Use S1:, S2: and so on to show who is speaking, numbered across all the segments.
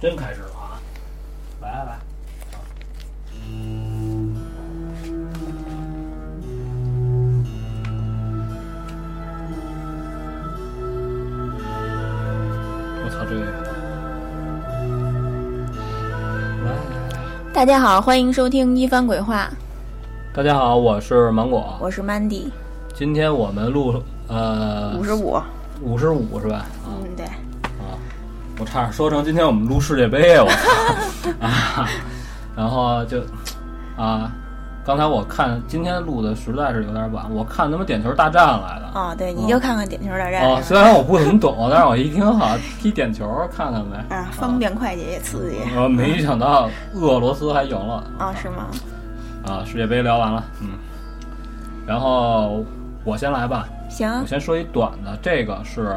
S1: 真开始了啊！来来来，
S2: 我操，这个
S3: 大家好，欢迎收听《一番鬼话》，
S2: 大家好，我是芒果。
S3: 我是 Mandy，
S2: 今天我们录呃
S3: 五十五。
S2: 五十五是吧？
S3: 嗯，对，
S2: 啊，我差点说成今天我们录世界杯，我操 啊！然后就啊，刚才我看今天录的实在是有点晚，我看他妈点球大战来了。
S3: 哦，对，你就看看点球大战。
S2: 啊，
S3: 是吧
S2: 虽然我不怎么懂，但是我一听好像踢点球，看看呗。哎
S3: 啊，方便快捷也刺激。
S2: 我没想到俄罗斯还赢了。
S3: 啊，是吗？
S2: 啊，世界杯聊完了，嗯，然后我先来吧，我
S3: 行，
S2: 先说一短的，这个是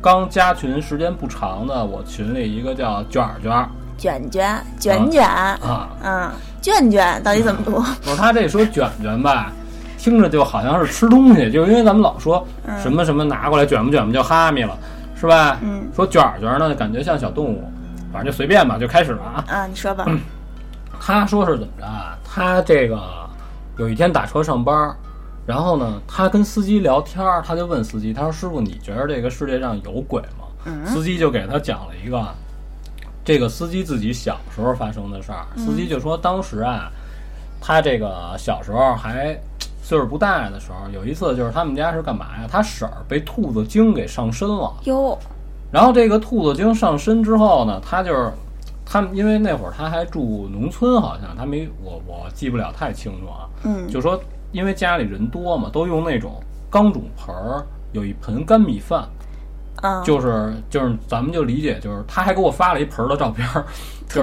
S2: 刚加群时间不长的，我群里一个叫卷儿卷儿
S3: 卷卷卷卷，
S2: 啊，
S3: 嗯，卷卷到底怎么读？
S2: 我他这说卷卷吧，听着就好像是吃东西，就是因为咱们老说
S3: 嗯
S2: 什么什么拿过来卷吧卷吧叫哈密了，是吧？
S3: 嗯
S2: 说卷儿卷儿呢，感觉像小动物，反正就随便吧，就开始了啊。
S3: 啊，你说吧。
S2: 他说是怎么着啊？他这个有一天打车上班儿，然后呢，他跟司机聊天儿，他就问司机，他说：“师傅，你觉得这个世界上有鬼吗？”司机就给他讲了一个这个司机自己小时候发生的事儿。司机就说，当时啊，他这个小时候还岁数不大的时候，有一次就是他们家是干嘛呀？他婶儿被兔子精给上身了。
S3: 哟，
S2: 然后这个兔子精上身之后呢，他就是他们，因为那会儿他还住农村，好像他没我我记不了太清楚啊。
S3: 嗯
S2: 就说因为家里人多嘛，都用那种钢种盆儿，有一盆干米饭，
S3: 嗯，
S2: 就是就是咱们就理解就是他还给我发了一盆儿的照片 儿，
S3: 特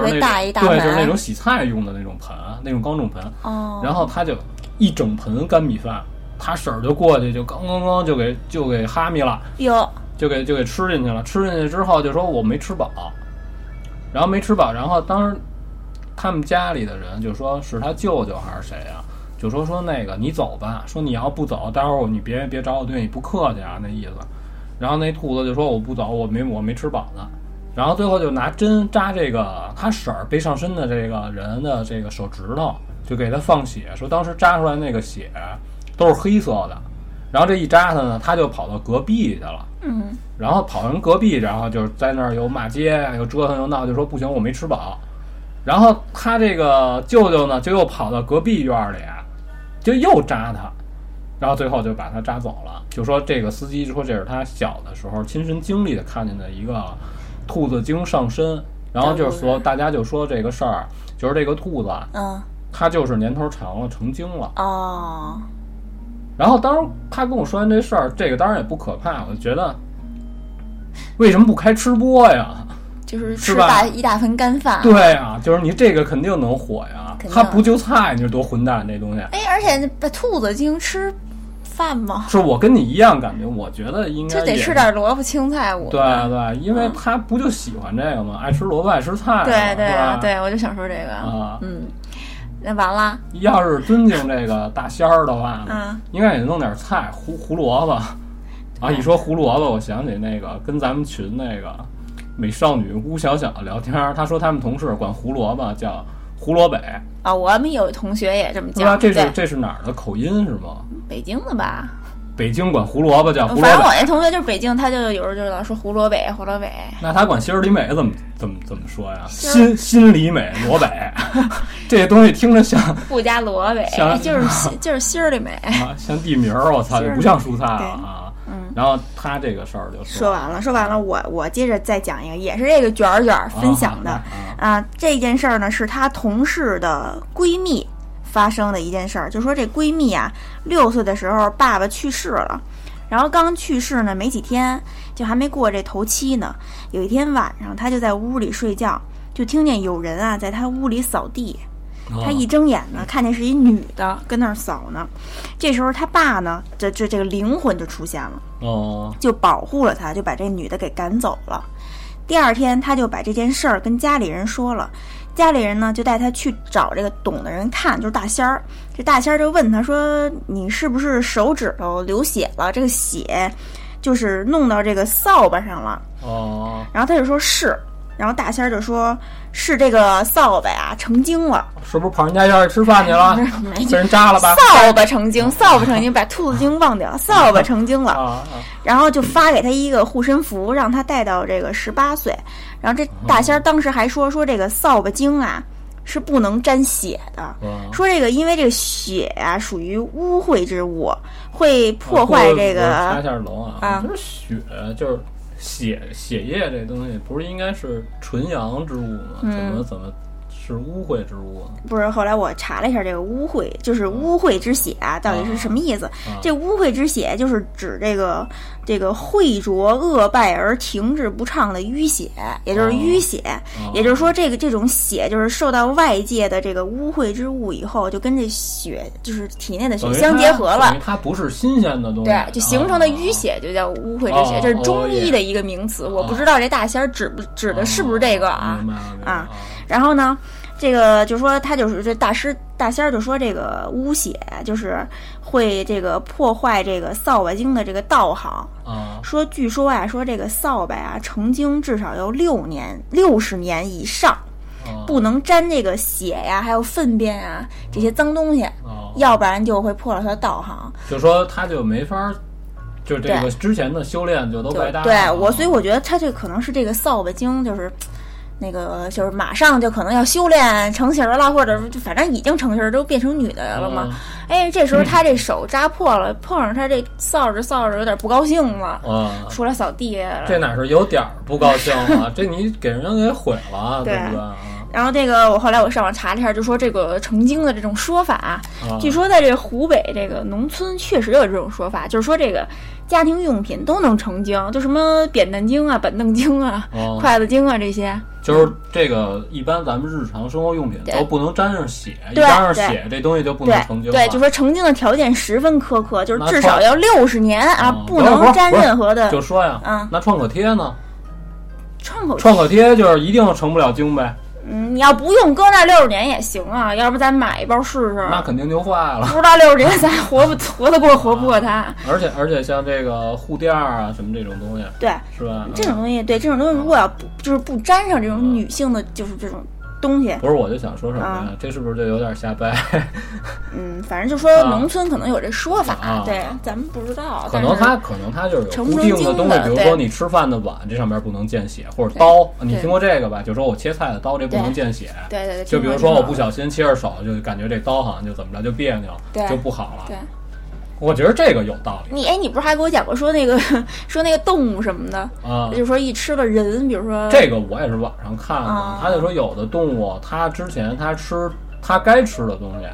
S2: 就是
S3: 别
S2: 那
S3: 大一大
S2: 对，
S3: 盆
S2: 就是那种洗菜用的那种盆，那种钢种盆。
S3: 哦，
S2: 然后他就一整盆干米饭，他婶儿就过去就咣咣咣就给就给哈密了。
S3: 哟，
S2: 就给就给吃进去了。吃进去之后就说我没吃饱，然后没吃饱，然后当时他们家里的人就说是他舅舅还是谁啊，就说说那个你走吧，说你要不走，待会儿你别别找我对你不客气啊那意思。然后那兔子就说我不走，我没我没吃饱呢。然后最后就拿针扎这个他婶儿背上身的这个人的这个手指头，就给他放血，说当时扎出来那个血都是黑色的。然后这一扎他呢，他就跑到隔壁去了。
S3: 嗯
S2: 然后跑人隔壁，然后就是在那儿又骂街，又折腾又闹，就说不行，我没吃饱。然后他这个舅舅呢，就又跑到隔壁院儿里，就又扎他，然后最后就把他扎走了。就说这个司机说这是他小的时候亲身经历的，看见的一个兔子精上身。然后就是说，大家就说这个事儿，就是这个兔子，啊
S3: 嗯，
S2: 它就是年头长了，成精了。
S3: 哦，
S2: 然后当时他跟我说完这事儿，这个当然也不可怕，我就觉得为什么不开吃播呀？
S3: 啊就是
S2: 是
S3: 吃
S2: 吧
S3: 大一大盆干饭。
S2: 对啊，就是你这个肯定能火呀
S3: 肯定，
S2: 他不就菜，你说多混蛋这东西。
S3: 哎，而且那把兔子精吃饭吗？
S2: 是我跟你一样感觉，我觉得应该
S3: 就得
S2: 也
S3: 吃。点啊萝卜青菜我。
S2: 对对，因为他不就喜欢这个吗？爱吃萝卜爱吃菜嘛。
S3: 对对
S2: 是吧
S3: 啊，对，我就想说这个。
S2: 啊，
S3: 嗯，那完了，
S2: 要是尊敬这个大仙儿的话呢，
S3: 嗯
S2: 应该也弄点菜，胡胡萝卜。啊，一说胡萝卜，我想起那个跟咱们群那个美少女乌小小聊天儿，她说他们同事管胡萝卜叫胡萝卜，
S3: 啊，我们有同学也这么
S2: 是吧？
S3: 叫，
S2: 这是
S3: 对，
S2: 这是哪儿的口音是吗？
S3: 北京的吧？
S2: 北京管胡萝卜叫胡
S3: 反
S2: 萝
S3: 正
S2: 卜
S3: 我，那同学就是北京，他就有时候就老说胡萝卜，胡 萝卜。
S2: 那他管心儿里美怎么怎么怎么说呀？
S3: 心
S2: 心心里美萝 卜，这东西听着像
S3: 不加萝卜哎
S2: 想，
S3: 就是 心就是心儿里美。
S2: 啊像地名儿，我操，
S3: 哎心
S2: 就
S3: 儿
S2: 不像蔬菜了
S3: 对
S2: 啊。
S3: 嗯
S2: 然后他这个事儿就
S3: 说完了，说完了，我我接着再讲一个，也是这个卷儿卷儿分享的
S2: 啊
S3: 啊这件事儿呢，是她同事的闺蜜发生的一件事儿，就说这闺蜜啊，六岁的时候爸爸去世了，然后刚去世呢没几天，就还没过这头七呢。有一天晚上，她就在屋里睡觉，就听见有人啊在她屋里扫地，
S2: 啊哦
S3: 她一睁眼呢，看见是一女的跟那儿扫呢。这时候她爸呢，这这这个灵魂就出现了。
S2: 哦
S3: 就保护了她，就把这女的给赶走了。第二天，她就把这件事儿跟家里人说了，家里人呢就带她去找这个懂的人看，就是大仙儿。这大仙儿就问她说：“你是不是手指头流血了？这个血就是弄到这个扫把上了
S2: 哦，？”
S3: 然后她就说是。然后大仙儿就说：“是这个扫把呀成精了，
S2: 是不是跑人家院去吃饭去了？
S3: 没
S2: 被人扎了 吧？
S3: 扫把成精，扫把成精，把兔子精忘掉，扫把成精了。
S2: 啊，啊
S3: 然后就发给他一个护身符，让他带到这个十八岁。然后这大
S2: 哦
S3: 仙儿当时还说说这个扫把精啊是不能沾血的，
S2: 嗯
S3: 说这个因为这个血啊属于污秽之物，会破坏这
S2: 我插一
S3: 个。
S2: 下龙啊，
S3: 啊
S2: 我觉得血就是血血液这东西，不是应该是纯阳之物吗？
S3: 嗯
S2: 怎么怎么是污秽之物啊呢？
S3: 不是，后来我查了一下，这个污秽
S2: 哦
S3: 就是污秽之血啊，到底是什么意思？这污秽之血就是指这个这个秽浊恶败而停滞不畅的淤血，也就是淤血。
S2: 啊
S3: 也就是说，这个这种血就是受到外界的这个污秽之物以后，就跟这血就是体内的血
S2: 等于
S3: 相
S2: 它
S3: 结合
S2: 等
S3: 了
S2: 于。它不是新鲜的东西，
S3: 对，就形成的淤
S2: 啊。
S3: 血就叫污秽之血，
S2: 哦
S3: 这是中
S2: 哦
S3: 医
S2: 也哦
S3: 的一个名词。我不知道这大仙儿指不指的是不是这个啊？
S2: 明白了明白了
S3: 啊然后呢，这个就说他就是这大师大仙儿就说这个污血就是会这个破坏这个扫把精的这个道行。
S2: 啊
S3: 说据说啊，说这个扫把啊成精至少要六年六十年以上，
S2: 啊
S3: 不能沾这个血呀、还有粪便啊这些脏东西，
S2: 啊，
S3: 要不然就会破了他的道行。
S2: 就说它就没法儿，就这个
S3: 对
S2: 之前的修炼就都
S3: 就
S2: 白搭了。
S3: 对我，所以我觉得他这可能是这个扫把精，就是那个就是马上就可能要修炼成型了，或者就反正已经成型儿都变成女的
S2: 啊
S3: 了嘛。
S2: 嗯
S3: 哎，这时候他这手扎破了，碰上他这扫帚扫帚有点不高兴了，
S2: 啊，
S3: 出来扫地来了。
S2: 这哪是有点儿不高兴 啊？这你给人给毁了，
S3: 对
S2: 不对啊？
S3: 然后这个我后来我上网查了一下，就说这个成精的这种说法啊，
S2: 啊
S3: 据说在这湖北这个农村确实有这种说法，就是说这个家庭用品都能成精，就什么扁担精啊、板凳精啊、
S2: 哦
S3: 筷子精啊这些。
S2: 就是这个，一般咱们日常生活用品
S3: 对
S2: 都不能沾上血，一
S3: 对
S2: 沾上血这东西就不能成
S3: 对
S2: 精
S3: 对，就说成精的条件十分苛刻，就是
S2: 那
S3: 至
S2: 创
S3: 少要六十年啊，
S2: 嗯
S3: 不
S2: 等会儿
S3: 能沾
S2: 不是
S3: 任何的
S2: 就说呀，
S3: 嗯
S2: 那创可贴呢？
S3: 创口。
S2: 创可贴就是一定成不了精呗，
S3: 嗯，你要不用搁那六十年也行啊，要不咱买一包试试？
S2: 那肯定就坏了。
S3: 不知道六十年咱活不活得过活不过它？
S2: 而且而且像这个护垫儿啊什么这种东西，
S3: 对，
S2: 是吧？
S3: 这种
S2: 嗯
S3: 东西，对这种东西，如果要不就是不沾上这
S2: 啊
S3: 种女性的，就是这种东西，
S2: 不是我就想说什么呀？这是不是就有点瞎掰？
S3: 嗯，反正就说
S2: 啊
S3: 农村可能有这说法，
S2: 啊
S3: 对，咱们不知道。
S2: 可能
S3: 但
S2: 它
S3: 是
S2: 可能它就是有
S3: 成不
S2: 固
S3: 成
S2: 定
S3: 精
S2: 的东西，
S3: 的
S2: 比如
S3: 对
S2: 说你吃饭的碗这上面不能见血，或者刀，你
S3: 对
S2: 听过这个吧？就说我切菜的刀这不
S3: 对
S2: 能见血，
S3: 对对对，
S2: 就比如
S3: 挺
S2: 说
S3: 好
S2: 我不小心切着手，就感觉这刀好像就怎么着就别扭，
S3: 对
S2: 就不好了。
S3: 对，
S2: 我觉得这个有道理
S3: 你哎，你不是还给我讲过说那个 说那个动物什么的，
S2: 啊。
S3: 就是说一吃了人，比如说
S2: 这个我也是网上看的
S3: 嗯啊，
S2: 他就说有的动物它之前它吃它该吃的东西，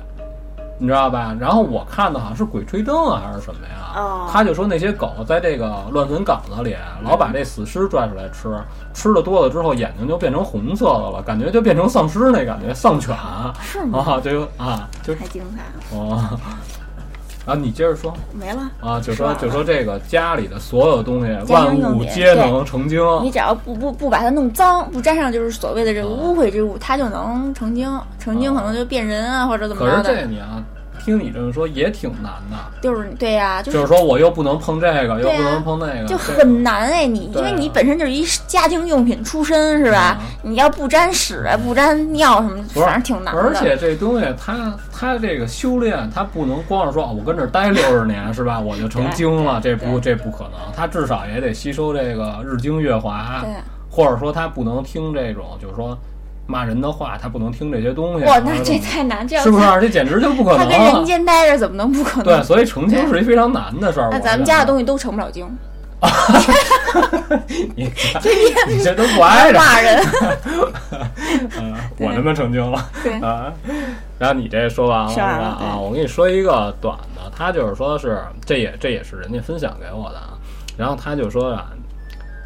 S2: 你知道吧？然后我看的好像是《鬼吹灯》啊还是什么呀
S3: 哦，
S2: 他就说那些狗在这个乱坟岗子里老把这死尸拽出来吃，吃的多了之后眼睛就变成红色的了，感觉就变成丧尸那感觉，丧犬啊，
S3: 是吗？
S2: 就啊就
S3: 太精彩了，
S2: 哦， 然后你接着说。
S3: 没了。
S2: 啊，就
S3: 说
S2: 说
S3: 完
S2: 就
S3: 了
S2: 说这个家里的所有东西，
S3: 家
S2: 万
S3: 庭用
S2: 物
S3: 品
S2: 皆能成精。
S3: 你只要不不不把它弄脏，不沾上就是所谓的这个污秽之物，它就能成精，成精可能就变人啊，或者怎么
S2: 可是
S3: 着
S2: 这
S3: 的。
S2: 你啊，听你这么说也挺难的，
S3: 就是对呀、就
S2: 就是是说我又不能碰这个，又
S3: 对啊
S2: 不能碰那个，
S3: 就
S2: 这个
S3: 很难哎，你因
S2: 嗯对啊
S3: 为你本身就是一家庭用品出身是吧
S2: 嗯？
S3: 你要不沾屎啊，不沾尿什么，
S2: 不是
S3: 反正挺难
S2: 而
S3: 的。
S2: 且这东西它它这个修炼，它不能光是说哦我跟这儿待六十年是吧，我就成精了，这不这不可能，它至少也得吸收这个日精月华
S3: 对，啊
S2: 或者说它不能听这种就是说骂人的话，它不能听这些东西。
S3: 哇，
S2: 或
S3: 那
S2: 者
S3: 这
S2: 怎么
S3: 太难，这
S2: 嗯
S3: 要
S2: 是不是这简直就不可
S3: 他
S2: 能
S3: 跟人
S2: 了？
S3: 间待着怎么能不可
S2: 对，
S3: 能？
S2: 所以成精是一非常难的事儿。
S3: 那
S2: 我
S3: 咱们家
S2: 觉
S3: 的
S2: 得
S3: 东西都成不了精，
S2: 你你这都不挨着，
S3: 骂人。
S2: 嗯我他妈成精了
S3: 对
S2: 啊！然后你这说完了是
S3: 说完了
S2: 吧？啊，
S3: 对
S2: 我跟你说一个短的，他就是说是这也这也是人家分享给我的啊。然后他就说啊，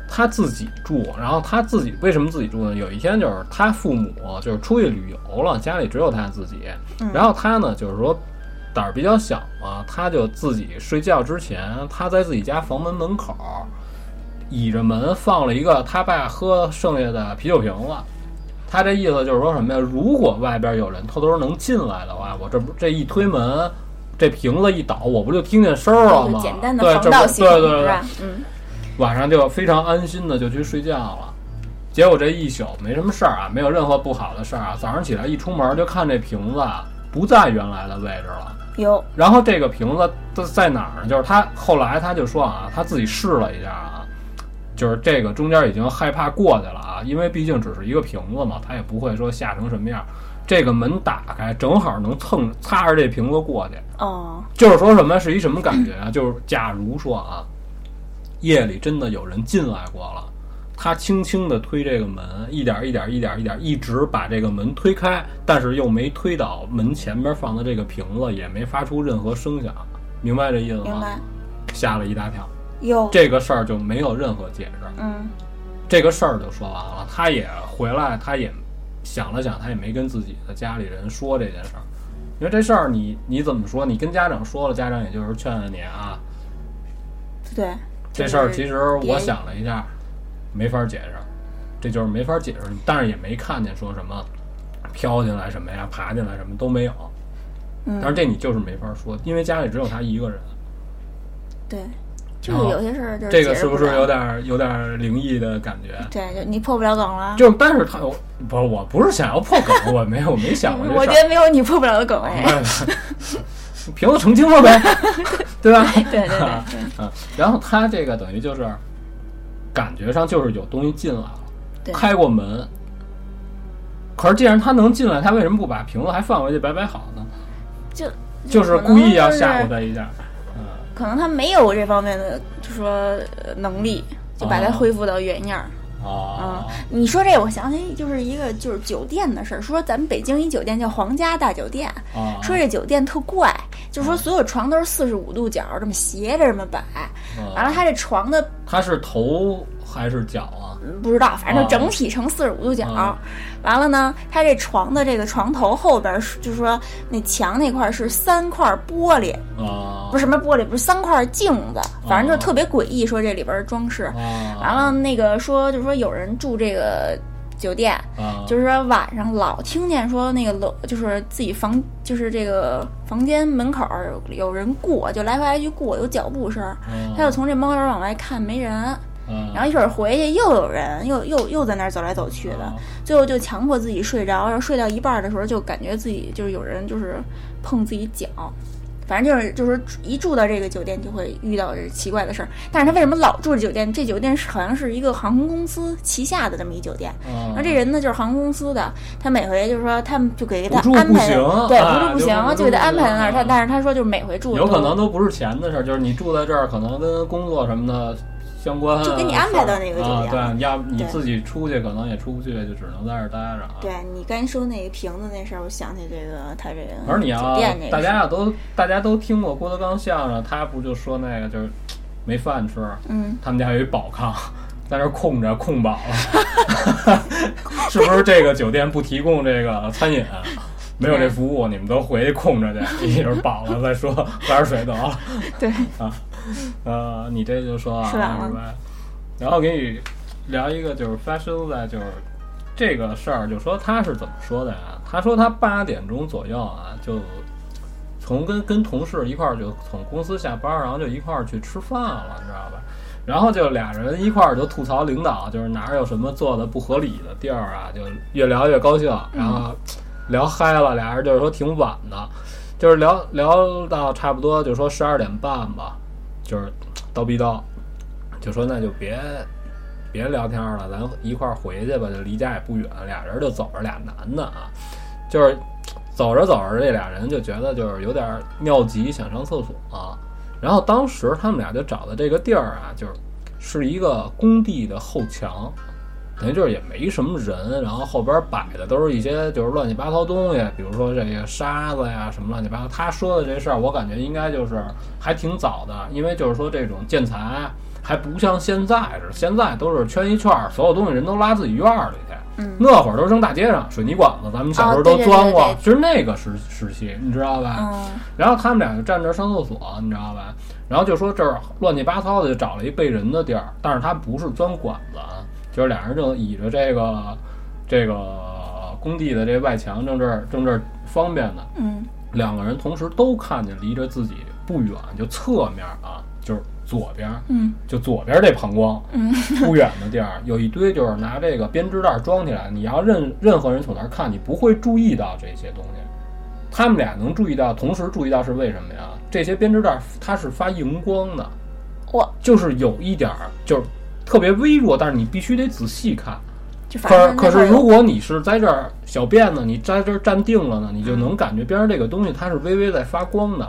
S2: 他自己住，然后他自己为什么自己住呢？有一天就是他父母就是出去旅游了，家里只有他自己，
S3: 嗯
S2: 然后他呢就是说。胆儿比较小嘛，他就自己睡觉之前，他在自己家房门门口倚着门放了一个他爸喝剩下的啤酒瓶子，他这意思就是说什么呀？如果外边有人偷偷能进来的话，我这不这一推门，这瓶子一倒，我不就听见声儿了
S3: 就
S2: 吗？
S3: 是简单的
S2: 对，
S3: 防
S2: 这
S3: 盗
S2: 不
S3: 系统
S2: 对对
S3: 是
S2: 对
S3: 吧，？嗯，
S2: 晚上就非常安心的就去睡觉了。结果这一宿没什么事儿啊，没有任何不好的事儿啊。早上起来一出门就看这瓶子啊不在原来的位置了。
S3: 有
S2: 然后这个瓶子在在哪儿呢？就是他后来他就说啊，他自己试了一下啊，就是这个中间已经害怕过去了啊，因为毕竟只是一个瓶子嘛，他也不会说吓成什么样。这个门打开，正好能蹭擦着这瓶子过去。
S3: 哦，
S2: 就是说什么是一什么感觉啊？就是假如说啊，夜里真的有人进来过了，他轻轻地推这个门，一点儿一点儿一点儿一点儿，一直把这个门推开，但是又没推倒门前边放的这个瓶子，也没发出任何声响，明白这意思
S3: 明
S2: 吗？
S3: 白。
S2: 吓了一大跳，
S3: 有
S2: 这个事儿就没有任何解释。
S3: 嗯
S2: 这个事儿就说完了。他也回来，他也想了想，他也没跟自己的家里人说这件事儿，因为这事儿你你怎么说？你跟家长说了，家长也就是劝劝你啊。
S3: 对，
S2: 这事儿其实我
S3: 别
S2: 想了一下，没法解释，这就是没法解释。但是也没看见说什么飘进来什么呀、爬进来什么都没有。
S3: 嗯
S2: 但是这你就是没法说，因为家里只有他一个人。
S3: 对，就
S2: 然
S3: 是
S2: 后
S3: 有些事儿就是
S2: 这个
S3: 解
S2: 是
S3: 释
S2: 不是有
S3: 了
S2: 点儿有点儿灵异的感觉？
S3: 对，就你破不了梗了。
S2: 就但是他我不是我不是想要破梗，我没有我没想过这事儿。
S3: 我觉得没有你破不了的梗哎。
S2: 瓶子澄清了呗，对吧？
S3: 对对对 对，
S2: 嗯，然后他这个等于就是感觉上就是有东西进来了，
S3: 对
S2: 开过门。可是既然他能进来，他为什么不把瓶子还放回去摆摆好呢？
S3: 就
S2: 就是
S3: 可能
S2: 故意要
S3: 就是
S2: 吓唬他一下。
S3: 可能他没有这方面的，就说呃能力，就把它
S2: 啊
S3: 恢复到原样儿。啊
S2: 哦，
S3: 你说这，我想起就是一个就是酒店的事儿，说咱们北京一酒店叫皇家大酒店，
S2: 哦
S3: 说这酒店特怪，就说所有床都是四十五度角这么斜着这么摆，
S2: 哦
S3: 完了他这床的
S2: 啊他是头还是脚啊？
S3: 嗯不知道，反正就
S2: 啊
S3: 整体成四十五度角。
S2: 啊
S3: 完了呢，它这床的这个床头后边是，就是说那墙那块儿是三块玻璃，
S2: 啊，
S3: 不是什么玻璃，不是三块镜子，反正就特别诡异。说这里边儿装饰，完
S2: 啊
S3: 了那个说就是说有人住这个酒店，
S2: 啊，
S3: 就是说晚上老听见说那个楼就是自己房就是这个房间门口儿有有人过，就来回来去过，有脚步声儿。
S2: 啊
S3: 他就从这猫眼儿往外看没人，然后一会儿回去又有人，又又又在那儿走来走去的，
S2: 哦啊
S3: 最后就强迫自己睡着，然后睡到一半儿的时候就感觉自己就是有人就是碰自己脚，反正就是就是一住到这个酒店就会遇到这奇怪的事儿。但是他为什么老住这酒店？这酒店是好像是一个航空公司旗下的这么一酒店，
S2: 啊，
S3: 然后这人呢就是航空公司的，他每回就是说他们就给他
S2: 不住
S3: 安
S2: 不
S3: 排在
S2: 行
S3: 对
S2: 啊
S3: 不住不
S2: 就
S3: 行，
S2: 不
S3: 就
S2: 住
S3: 给他
S2: 不
S3: 安排在那儿。
S2: 行
S3: 他但是他说就是每回住
S2: 有可
S3: 都
S2: 能都不是钱的事儿，就是你住在这儿，可能跟工作什么的相关啊，
S3: 就给你安排到那个酒店
S2: 啊，对，要你
S3: 对
S2: 自己出去可能也出不去，就只能在这儿待着啊。
S3: 对你刚才说那个瓶子那事儿，我想起这个他这个
S2: 而你要、
S3: 酒店那个
S2: 大
S3: 事儿
S2: 家要啊都大家都听过郭德纲相声，他不就说那个就是没饭吃，
S3: 嗯，
S2: 他们家有一宝炕，在那儿空着，空饱了， 是不是这个酒店不提供这个餐饮？没有这服务，你们都回去空着去，一会儿饱了再说，喝点水得了。
S3: 对，
S2: 啊，呃，你这就说啊，
S3: 说完了
S2: 是吧？然后给你聊一个，就是发生在就是这个事儿，就说他是怎么说的呀？他说他八点钟左右啊，就从跟跟同事一块儿就从公司下班儿，然后就一块儿去吃饭了，你知道吧？然后就俩人一块儿就吐槽领导，就是哪儿有什么做的不合理的地儿啊，就越聊越高兴，
S3: 嗯
S2: 然后聊嗨了，俩人就是说挺晚的，就是聊聊到差不多就说十二点半吧，就是叨逼叨，就说那就别别聊天了，咱一块儿回去吧，就离家也不远，俩人就走着，俩男的啊，就是走着走着，这俩人就觉得就是有点尿急，想上厕所、啊然后当时他们俩就找的这个地儿啊，就是是一个工地的后墙，等于就是也没什么人，然后后边摆的都是一些就是乱七八糟东西，比如说这个沙子呀什么乱七八糟。他说的这事儿，我感觉应该就是还挺早的，因为就是说这种建材还不像现在似的，现在都是圈一圈儿，所有东西人都拉自己院儿里去。
S3: 嗯
S2: 那会儿都扔大街上，水泥管子，咱们小时候
S3: 哦
S2: 都
S3: 对对
S2: 钻
S3: 对
S2: 过，
S3: 对
S2: 就是那个时时期，你知道吧？
S3: 嗯
S2: 然后他们俩就站这儿上厕所，你知道吧？然后就说这儿乱七八糟的，就找了一背人的地儿，但是他不是钻管子啊，就是俩人正倚着这个这个工地的这外墙，正这儿正这儿方便呢。
S3: 嗯
S2: 两个人同时都看见离着自己不远，就侧面啊，就是左边，
S3: 嗯
S2: 就左边这膀胱
S3: 嗯
S2: 不远的地儿，有一堆就是拿这个编织袋装起来。你要任任何人从那儿看，你不会注意到这些东西。他们俩能注意到，同时注意到是为什么呀？这些编织袋它是发荧光的，
S3: 哇，
S2: 就是有一点儿就是特别微弱，但是你必须得仔细看。
S3: 就反
S2: 可可
S3: 正那会
S2: 是
S3: 儿有
S2: 如果你是在这儿小便呢，你在这儿站定了呢，你就
S3: 嗯
S2: 能感觉边上这个东西它是微微在发光的。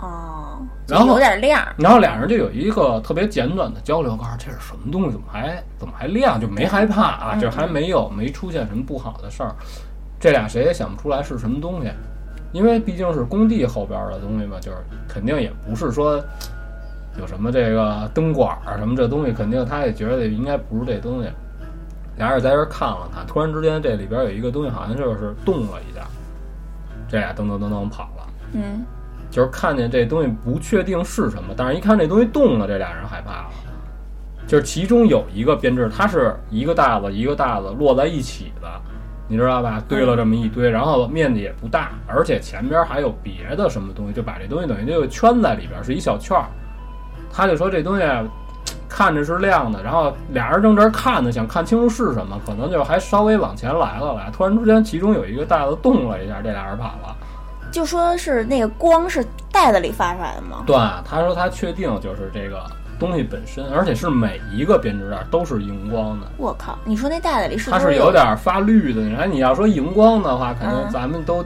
S3: 哦，就
S2: 然后
S3: 有点亮儿，
S2: 然后俩人就有一个特别简短的交流，告诉这是什么东西，怎么还怎么还亮，就没害怕啊，
S3: 嗯
S2: 就还没有没出现什么不好的事儿。这俩谁也想不出来是什么东西，因为毕竟是工地后边的东西嘛，就是肯定也不是说有什么这个灯管啊什么这东西，肯定他也觉得应该不是这东西。俩人在这儿看了看，突然之间这里边有一个东西好像就是动了一下，这俩噔噔噔噔跑了。
S3: 嗯，
S2: 就是看见这东西不确定是什么，但是一看这东西动了，这俩人害怕了。就是其中有一个编织，它是一个袋子一个袋子摞在一起的，你知道吧？堆了这么一堆，然后面积也不大，而且前边还有别的什么东西，就把这东西等于就圈在里边，是一小圈儿。他就说这东西嘖看着是亮的，然后俩人正这儿看呢，想看清楚是什么，可能就还稍微往前来了来，突然之间其中有一个袋子动了一下，这俩人跑了。
S3: 就说是那个光是袋子里发出来的吗？
S2: 对，他说他确定就是这个东西本身，而且是每一个编织袋都是荧光的，
S3: 我靠，你说那袋子里是
S2: 它
S3: 不
S2: 是有
S3: 有
S2: 点儿发绿的。你看，你要说荧光的话，肯定
S3: 嗯
S2: 咱们都。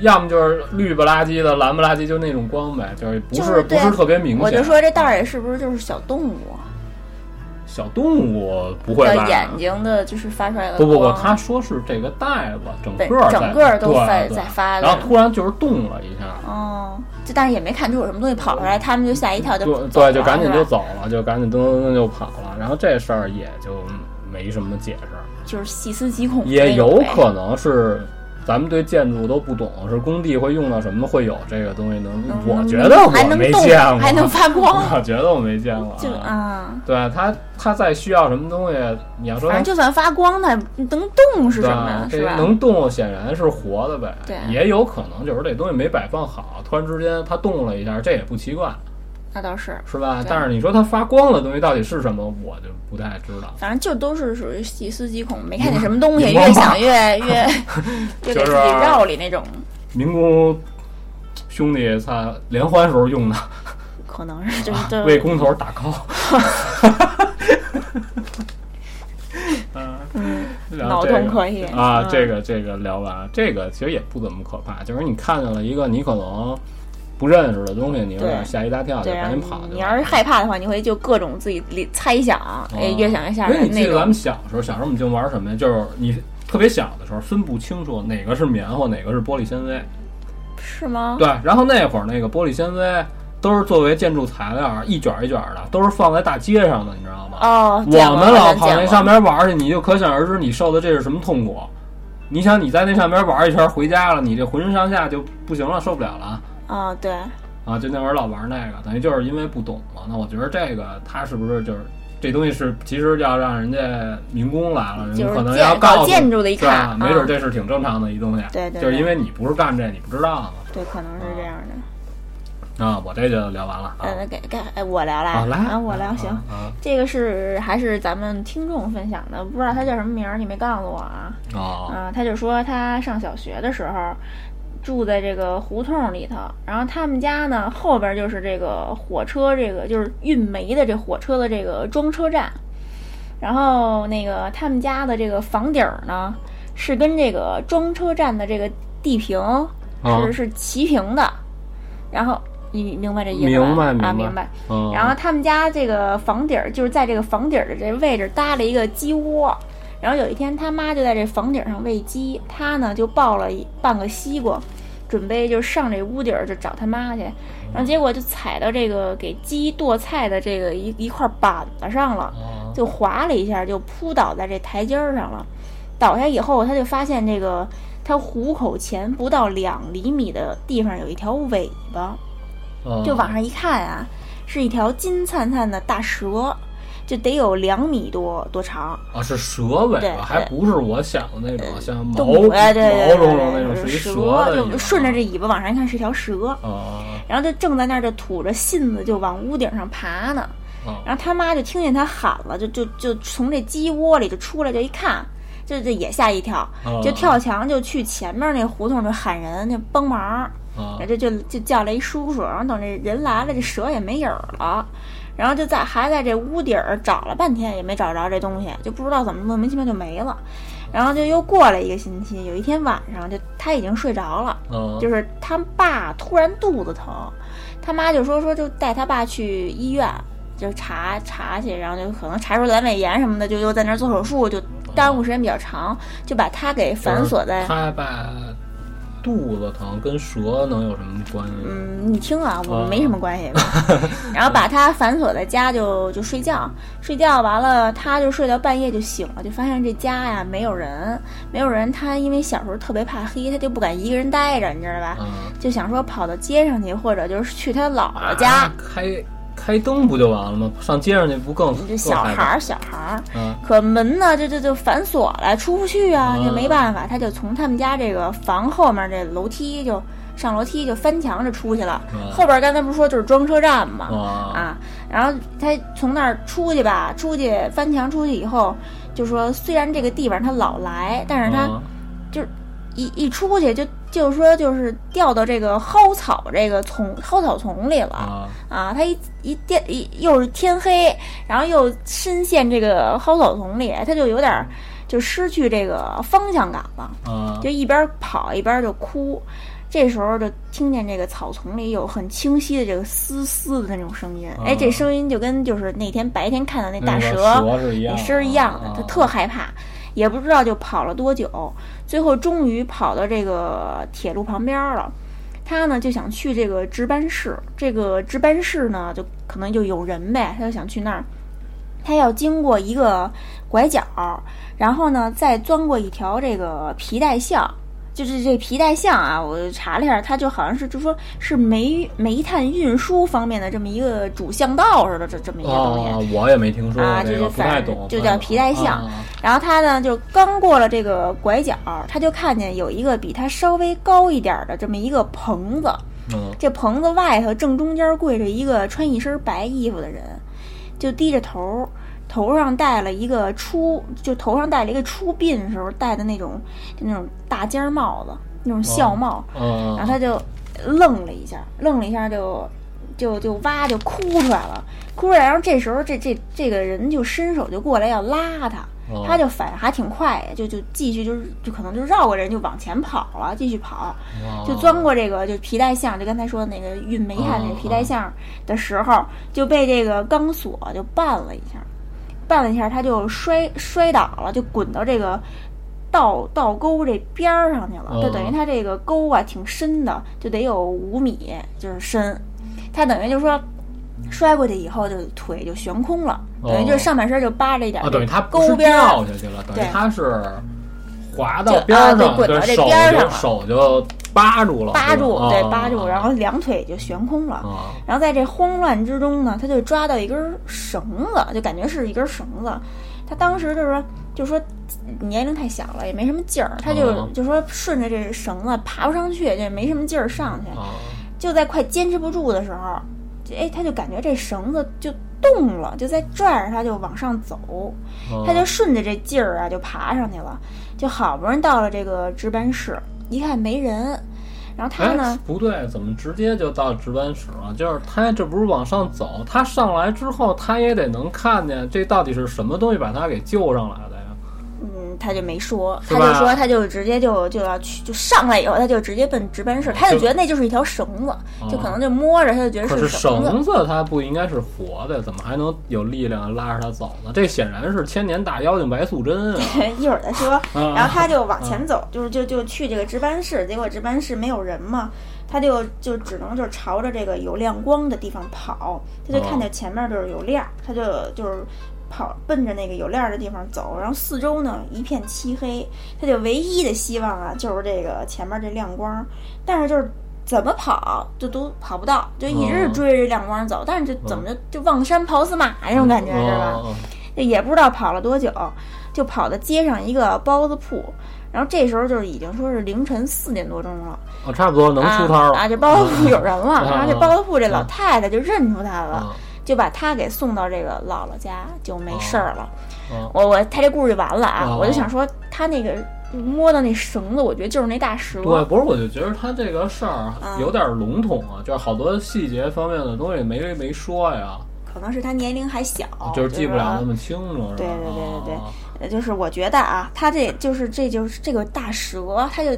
S2: 要么就是绿不拉几的，蓝不拉几，就那种光呗，就是不、
S3: 就是是
S2: 不
S3: 对啊
S2: 是特别明显。啊
S3: 我就说这袋儿里是不是就是小动物啊
S2: 小动物不会
S3: 的
S2: 吧？
S3: 眼睛的，就是发出来的
S2: 不不不，
S3: 光
S2: 他说是这个袋子整
S3: 本
S2: 个儿
S3: 整个儿都
S2: 对
S3: 在
S2: 对
S3: 在发
S2: 然后
S3: 的。
S2: 突然就是动了一下，
S3: 哦，就但是也没看出有什么东西跑出来，他们就吓一跳就
S2: 对
S3: 走了
S2: 对，就赶紧就是
S3: 吧
S2: 走了，就赶紧噔噔噔就跑了。然后这事儿也就没什么解释。
S3: 就是细思极恐，
S2: 也有可能是咱们对建筑都不懂，是工地会用到什么会有这个东西能？
S3: 能
S2: 我觉得
S3: 嗯还能
S2: 我没
S3: 动
S2: 见过，
S3: 还 能发光，
S2: 我觉得我没见过。
S3: 就啊，
S2: 对他，他再需要什么东西，你要说
S3: 反
S2: 他
S3: 正就算发光，它能动是什么呀？
S2: 对啊
S3: 是吧？
S2: 能动显然是活的呗。
S3: 对
S2: 也有可能就是这东西没摆放好，突然之间它动了一下，这也不奇怪，
S3: 那倒是，
S2: 是吧
S3: 对？
S2: 但是你说它发光的东西到底是什么，我就不太知道。
S3: 反正就都是属于细思极恐，没看见什么东西，越想 越越越给
S2: 就
S3: 自
S2: 是啊
S3: 己绕里那种，
S2: 民工兄弟在联欢时候用的，
S3: 可能是就是都
S2: 为工头打 call。
S3: 嗯
S2: 然
S3: 脑
S2: 后
S3: 洞
S2: 这个
S3: 可以
S2: 啊
S3: 嗯，
S2: 这个这个聊完，这个其实也不怎么可怕，就是你看见了一个你可能不认识的东西，你有点吓一大跳，就
S3: 对，
S2: 赶
S3: 然
S2: 紧
S3: 后
S2: 跑
S3: 你
S2: 就哦
S3: 你要是害怕的话，你会就各种自己里猜想，哎，越想越吓
S2: 嗯因为
S3: 人
S2: 你
S3: 那
S2: 记得咱
S3: 种
S2: 们。小时候，小时候我们就玩什么呀？就是你特别小的时候分不清楚哪个是棉花，哪个是玻璃纤维。
S3: 是吗？
S2: 对，然后那会儿那个玻璃纤维都是作为建筑材料一卷一卷的，都是放在大街上的，你知道吗？
S3: 哦，见
S2: 我
S3: 过
S2: 们老
S3: 好像
S2: 跑
S3: 见
S2: 那
S3: 过
S2: 上边玩去，你就可想而知你受的这是什么痛苦。你想你在那上边玩一圈回家了，你这浑身上下就不行了，受不了了
S3: 啊，对，
S2: 啊！就那会儿老玩那个，等于就是因为不懂嘛。那我觉得这个他是不是就是这东西是其实要让人家民工来了，人
S3: 就
S2: 家
S3: 是
S2: 可能
S3: 建
S2: 要告
S3: 搞
S2: 诉
S3: 建筑的一
S2: 对吧
S3: 看
S2: 没准
S3: 啊
S2: 这是挺正常的一东西。
S3: 对对
S2: 就是
S3: 对
S2: 因为你不是干这，你不知道嘛。
S3: 对，可能是
S2: 哦
S3: 这样的。
S2: 啊，我这就聊完了啊
S3: 呃，给给哎我聊
S2: 啊
S3: 啦，
S2: 来
S3: 啊，我聊行。
S2: 啊
S3: 这个是还是咱们听众分享的，不知道他叫什么名儿，你没告诉我啊。
S2: 啊
S3: 啊，他就说他上小学的时候住在这个胡同里头，然后他们家呢后边就是这个火车，这个就是运煤的这火车的这个装车站，然后那个他们家的这个房顶儿呢是跟这个装车站的这个地平
S2: 啊
S3: 是是齐平的，然后你你明白这意思
S2: 明白
S3: 吧啊，
S2: 明白
S3: 明白。
S2: 嗯
S3: 然后他们家这个房顶儿就是在这个房顶儿的这位置搭了一个鸡窝，然后有一天他妈就在这房顶上喂鸡，他呢就抱了一半个西瓜，准备就上这屋顶儿就找他妈去，然后结果就踩到这个给鸡剁菜的这个一一块板子上了，
S2: 啊
S3: 就滑了一下，就扑倒在这台阶儿上了。倒下以后，他就发现这个他虎口前不到两厘米的地方有一条尾
S2: 嗯
S3: 巴，就往上一看啊，是一条金灿灿的大蛇，这得有两米多多长，
S2: 啊，是蛇尾
S3: 对
S2: 巴，还
S3: 对
S2: 不是我想的那种，像毛
S3: 动物哎，对对
S2: 毛茸茸那
S3: 对
S2: 种，
S3: 对，
S2: 是一
S3: 蛇，
S2: 的尾巴
S3: 就顺着这尾巴往上一看是一条蛇，
S2: 啊
S3: 然后就正在那儿就吐着信子就往屋顶上爬呢，
S2: 啊
S3: 然后他妈就听见他喊了，就就就从这鸡窝里就出来，就一看，就就也吓一跳，
S2: 啊
S3: 就跳墙就去前面那胡同就喊人，就帮忙，
S2: 啊
S3: 然后就就就叫来一叔叔，然后等这人来了，这蛇也没影儿了，然后就在还在这屋顶儿找了半天也没找着这东西，就不知道怎么莫名其妙就没了，然后就又过了一个星期，有一天晚上就他已经睡着了。
S2: 啊，
S3: 就是他爸突然肚子疼，他妈就说说就带他爸去医院，就查查去，然后就可能查出阑尾炎什么的，就又在那儿做手术，就耽误时间比较长，就把他给反锁在。
S2: 他把肚子疼跟蛇能有什么关系？
S3: 嗯，你听啊，我们没什么关系。然后把他反锁在家就，就睡觉，睡觉完了，他就睡到半夜就醒了，就发现这家呀没有人，没有人。他因为小时候特别怕黑，他就不敢一个人待着，你知道吧？
S2: 啊，
S3: 就想说跑到街上去，或者就是去他姥姥家。
S2: 啊开开灯不就完了吗？上街上去不更
S3: 就小孩
S2: 儿
S3: 儿，小孩儿。
S2: 啊
S3: 可门呢，这这就反锁了，出不去啊，
S2: 嗯
S3: 就没办法，他就从他们家这个房后面这楼梯就上楼梯就翻墙就出去了。
S2: 嗯
S3: 后边刚才不是说就是装车站嘛，
S2: 啊
S3: 啊，然后他从那儿出去吧，出去翻墙出去以后，就说虽然这个地方他老来，但是他
S2: 啊
S3: 一一出去就就是说就是掉到这个蒿草这个丛蒿草丛里了。
S2: 啊
S3: 啊，他一一电一又是天黑，然后又深陷这个蒿草丛里，他就有点儿就失去这个方向感了，
S2: 啊
S3: 就一边跑一边就哭。这时候就听见这个草丛里有很清晰的这个嘶嘶的那种声音，哎，这
S2: 啊
S3: 声音就跟就是那天白天看到那大
S2: 那个
S3: 蛇
S2: 蛇是一样的，
S3: 也声儿一样的
S2: 啊，
S3: 他特害怕，也不知道就跑了多久，最后终于跑到这个铁路旁边儿了。他呢就想去这个值班室，这个值班室呢就可能就有人呗，他就想去那儿。他要经过一个拐角，然后呢再钻过一条这个皮带巷，就是这皮带巷啊，我查了一下，它就好像是就说是煤煤炭运输方面的这么一个主巷道似的，这这么一个东西。
S2: 啊，我也没听说
S3: 啊
S2: 过
S3: 就
S2: 这
S3: 就
S2: 个，不
S3: 反
S2: 太
S3: 正
S2: 懂，
S3: 就
S2: 不太
S3: 叫
S2: 懂
S3: 皮带象
S2: 啊啊
S3: 然后他呢就刚过了这个拐角，他就看见有一个比他稍微高一点儿的这么一个棚子，
S2: 嗯
S3: 这棚子外头正中间跪着一个穿一身白衣服的人，就低着头，头上戴了一个出，就头上戴了一个出殡时候戴的那种就那种大尖帽子，那种孝帽，
S2: 嗯
S3: 然后他就愣了一下，愣了一下就就就哇就哭出来了，哭出来，然后这时候这这这个人就伸手就过来要拉他。
S2: 哦
S3: 他就反应还挺快，就就继续就是就可能就绕过人就往前跑了，继续跑，
S2: 嗯哦
S3: 就钻过这个就皮带巷，就刚才说的那个运煤炭那
S2: 哦
S3: 个皮带巷的时候，就被这个钢索就绊了一下，绊了一下他就摔摔倒了，就滚到这个。倒倒沟这边儿上去了，就
S2: 嗯
S3: 等于他这个沟啊挺深的，就得有五米就是深。他等于就说摔过去以后，就腿就悬空了，等于就是
S2: 哦
S3: 上半身就扒着一点
S2: 啊，等于他不
S3: 沟
S2: 是
S3: 边儿
S2: 掉下去了，等
S3: 对
S2: 于他是滑到
S3: 就
S2: 边
S3: 啊
S2: 儿
S3: 对
S2: 上，
S3: 滚到这
S2: 手
S3: 边儿
S2: 就
S3: 上了
S2: 手就扒住了，
S3: 扒
S2: 是吧
S3: 住，
S2: 啊
S3: 对，扒住，
S2: 啊
S3: 然后两腿就悬空了。
S2: 啊
S3: 然后在这慌乱之中呢，他就抓到一根绳子，就感觉是一根绳子。他当时就说，就说年龄太小了，也没什么劲儿，他就
S2: 哦
S3: 就说顺着这绳子爬不上去，就没什么劲儿上去。
S2: 啊
S3: 就在快坚持不住的时候，就哎，他就感觉这绳子就动了，就在拽着他就往上走。
S2: 啊
S3: 他就顺着这劲儿啊，就爬上去了，就好不容易到了这个值班室，一看没人，然后他
S2: 哎
S3: 呢，，
S2: 不对，怎么直接就到值班室了？就是他这不是往上走，他上来之后，他也得能看见这到底是什么东西把他给救上来的呀？
S3: 嗯，他就没说，
S2: 是
S3: 他
S2: 吧
S3: 就说他就直接就就要去，就上来以后他就直接奔值班室，他就觉得那就是一条绳子，就可能就摸着他就觉得
S2: 啊哦可是
S3: 绳 子。
S2: 绳子它不应该是活的，怎么还能有力量拉着它走呢？这显然是千年大妖精白素贞啊！
S3: 一会儿再说，
S2: 啊
S3: 然后他就往前走，就是就就去这个值班室，结果值班室没有人嘛，他就就只能就是朝着这个有亮光的地方跑，他就看见前面就是有亮儿，他就就是跑奔着那个有亮儿的地方走，然后四周呢一片漆黑，他就唯一的希望啊就是这个前面这亮光儿，但是就是。怎么跑就都跑不到，就一直追着这辆光人走，但是就怎么就就望山跑死马那种感觉是吧？
S2: 哦
S3: 就也不知道跑了多久，就跑到街上一个包子铺，然后这时候就是已经说是凌晨四点多钟了，
S2: 哦，差不多能出摊了
S3: 啊啊！这包子铺有人了，
S2: 嗯
S3: 然后这包子铺这老太太就认出他了，
S2: 啊
S3: 就把他给送到这个姥姥家，就
S2: 哦
S3: 没事儿了。
S2: 嗯
S3: 我我他这故事就完了啊！
S2: 嗯
S3: 我就想说他那个摸到那绳子，我觉得就是那大蛇。
S2: 对，不是，我就觉得他这个事儿
S3: 啊
S2: 有点笼统啊，就是好多细节方面的东西没没说呀，
S3: 可能是他年龄还小，
S2: 就是是记不了那么清楚，是吧？
S3: 对对对对对
S2: 啊
S3: 呃就是我觉得啊，他这就是这就是这个大蛇，他就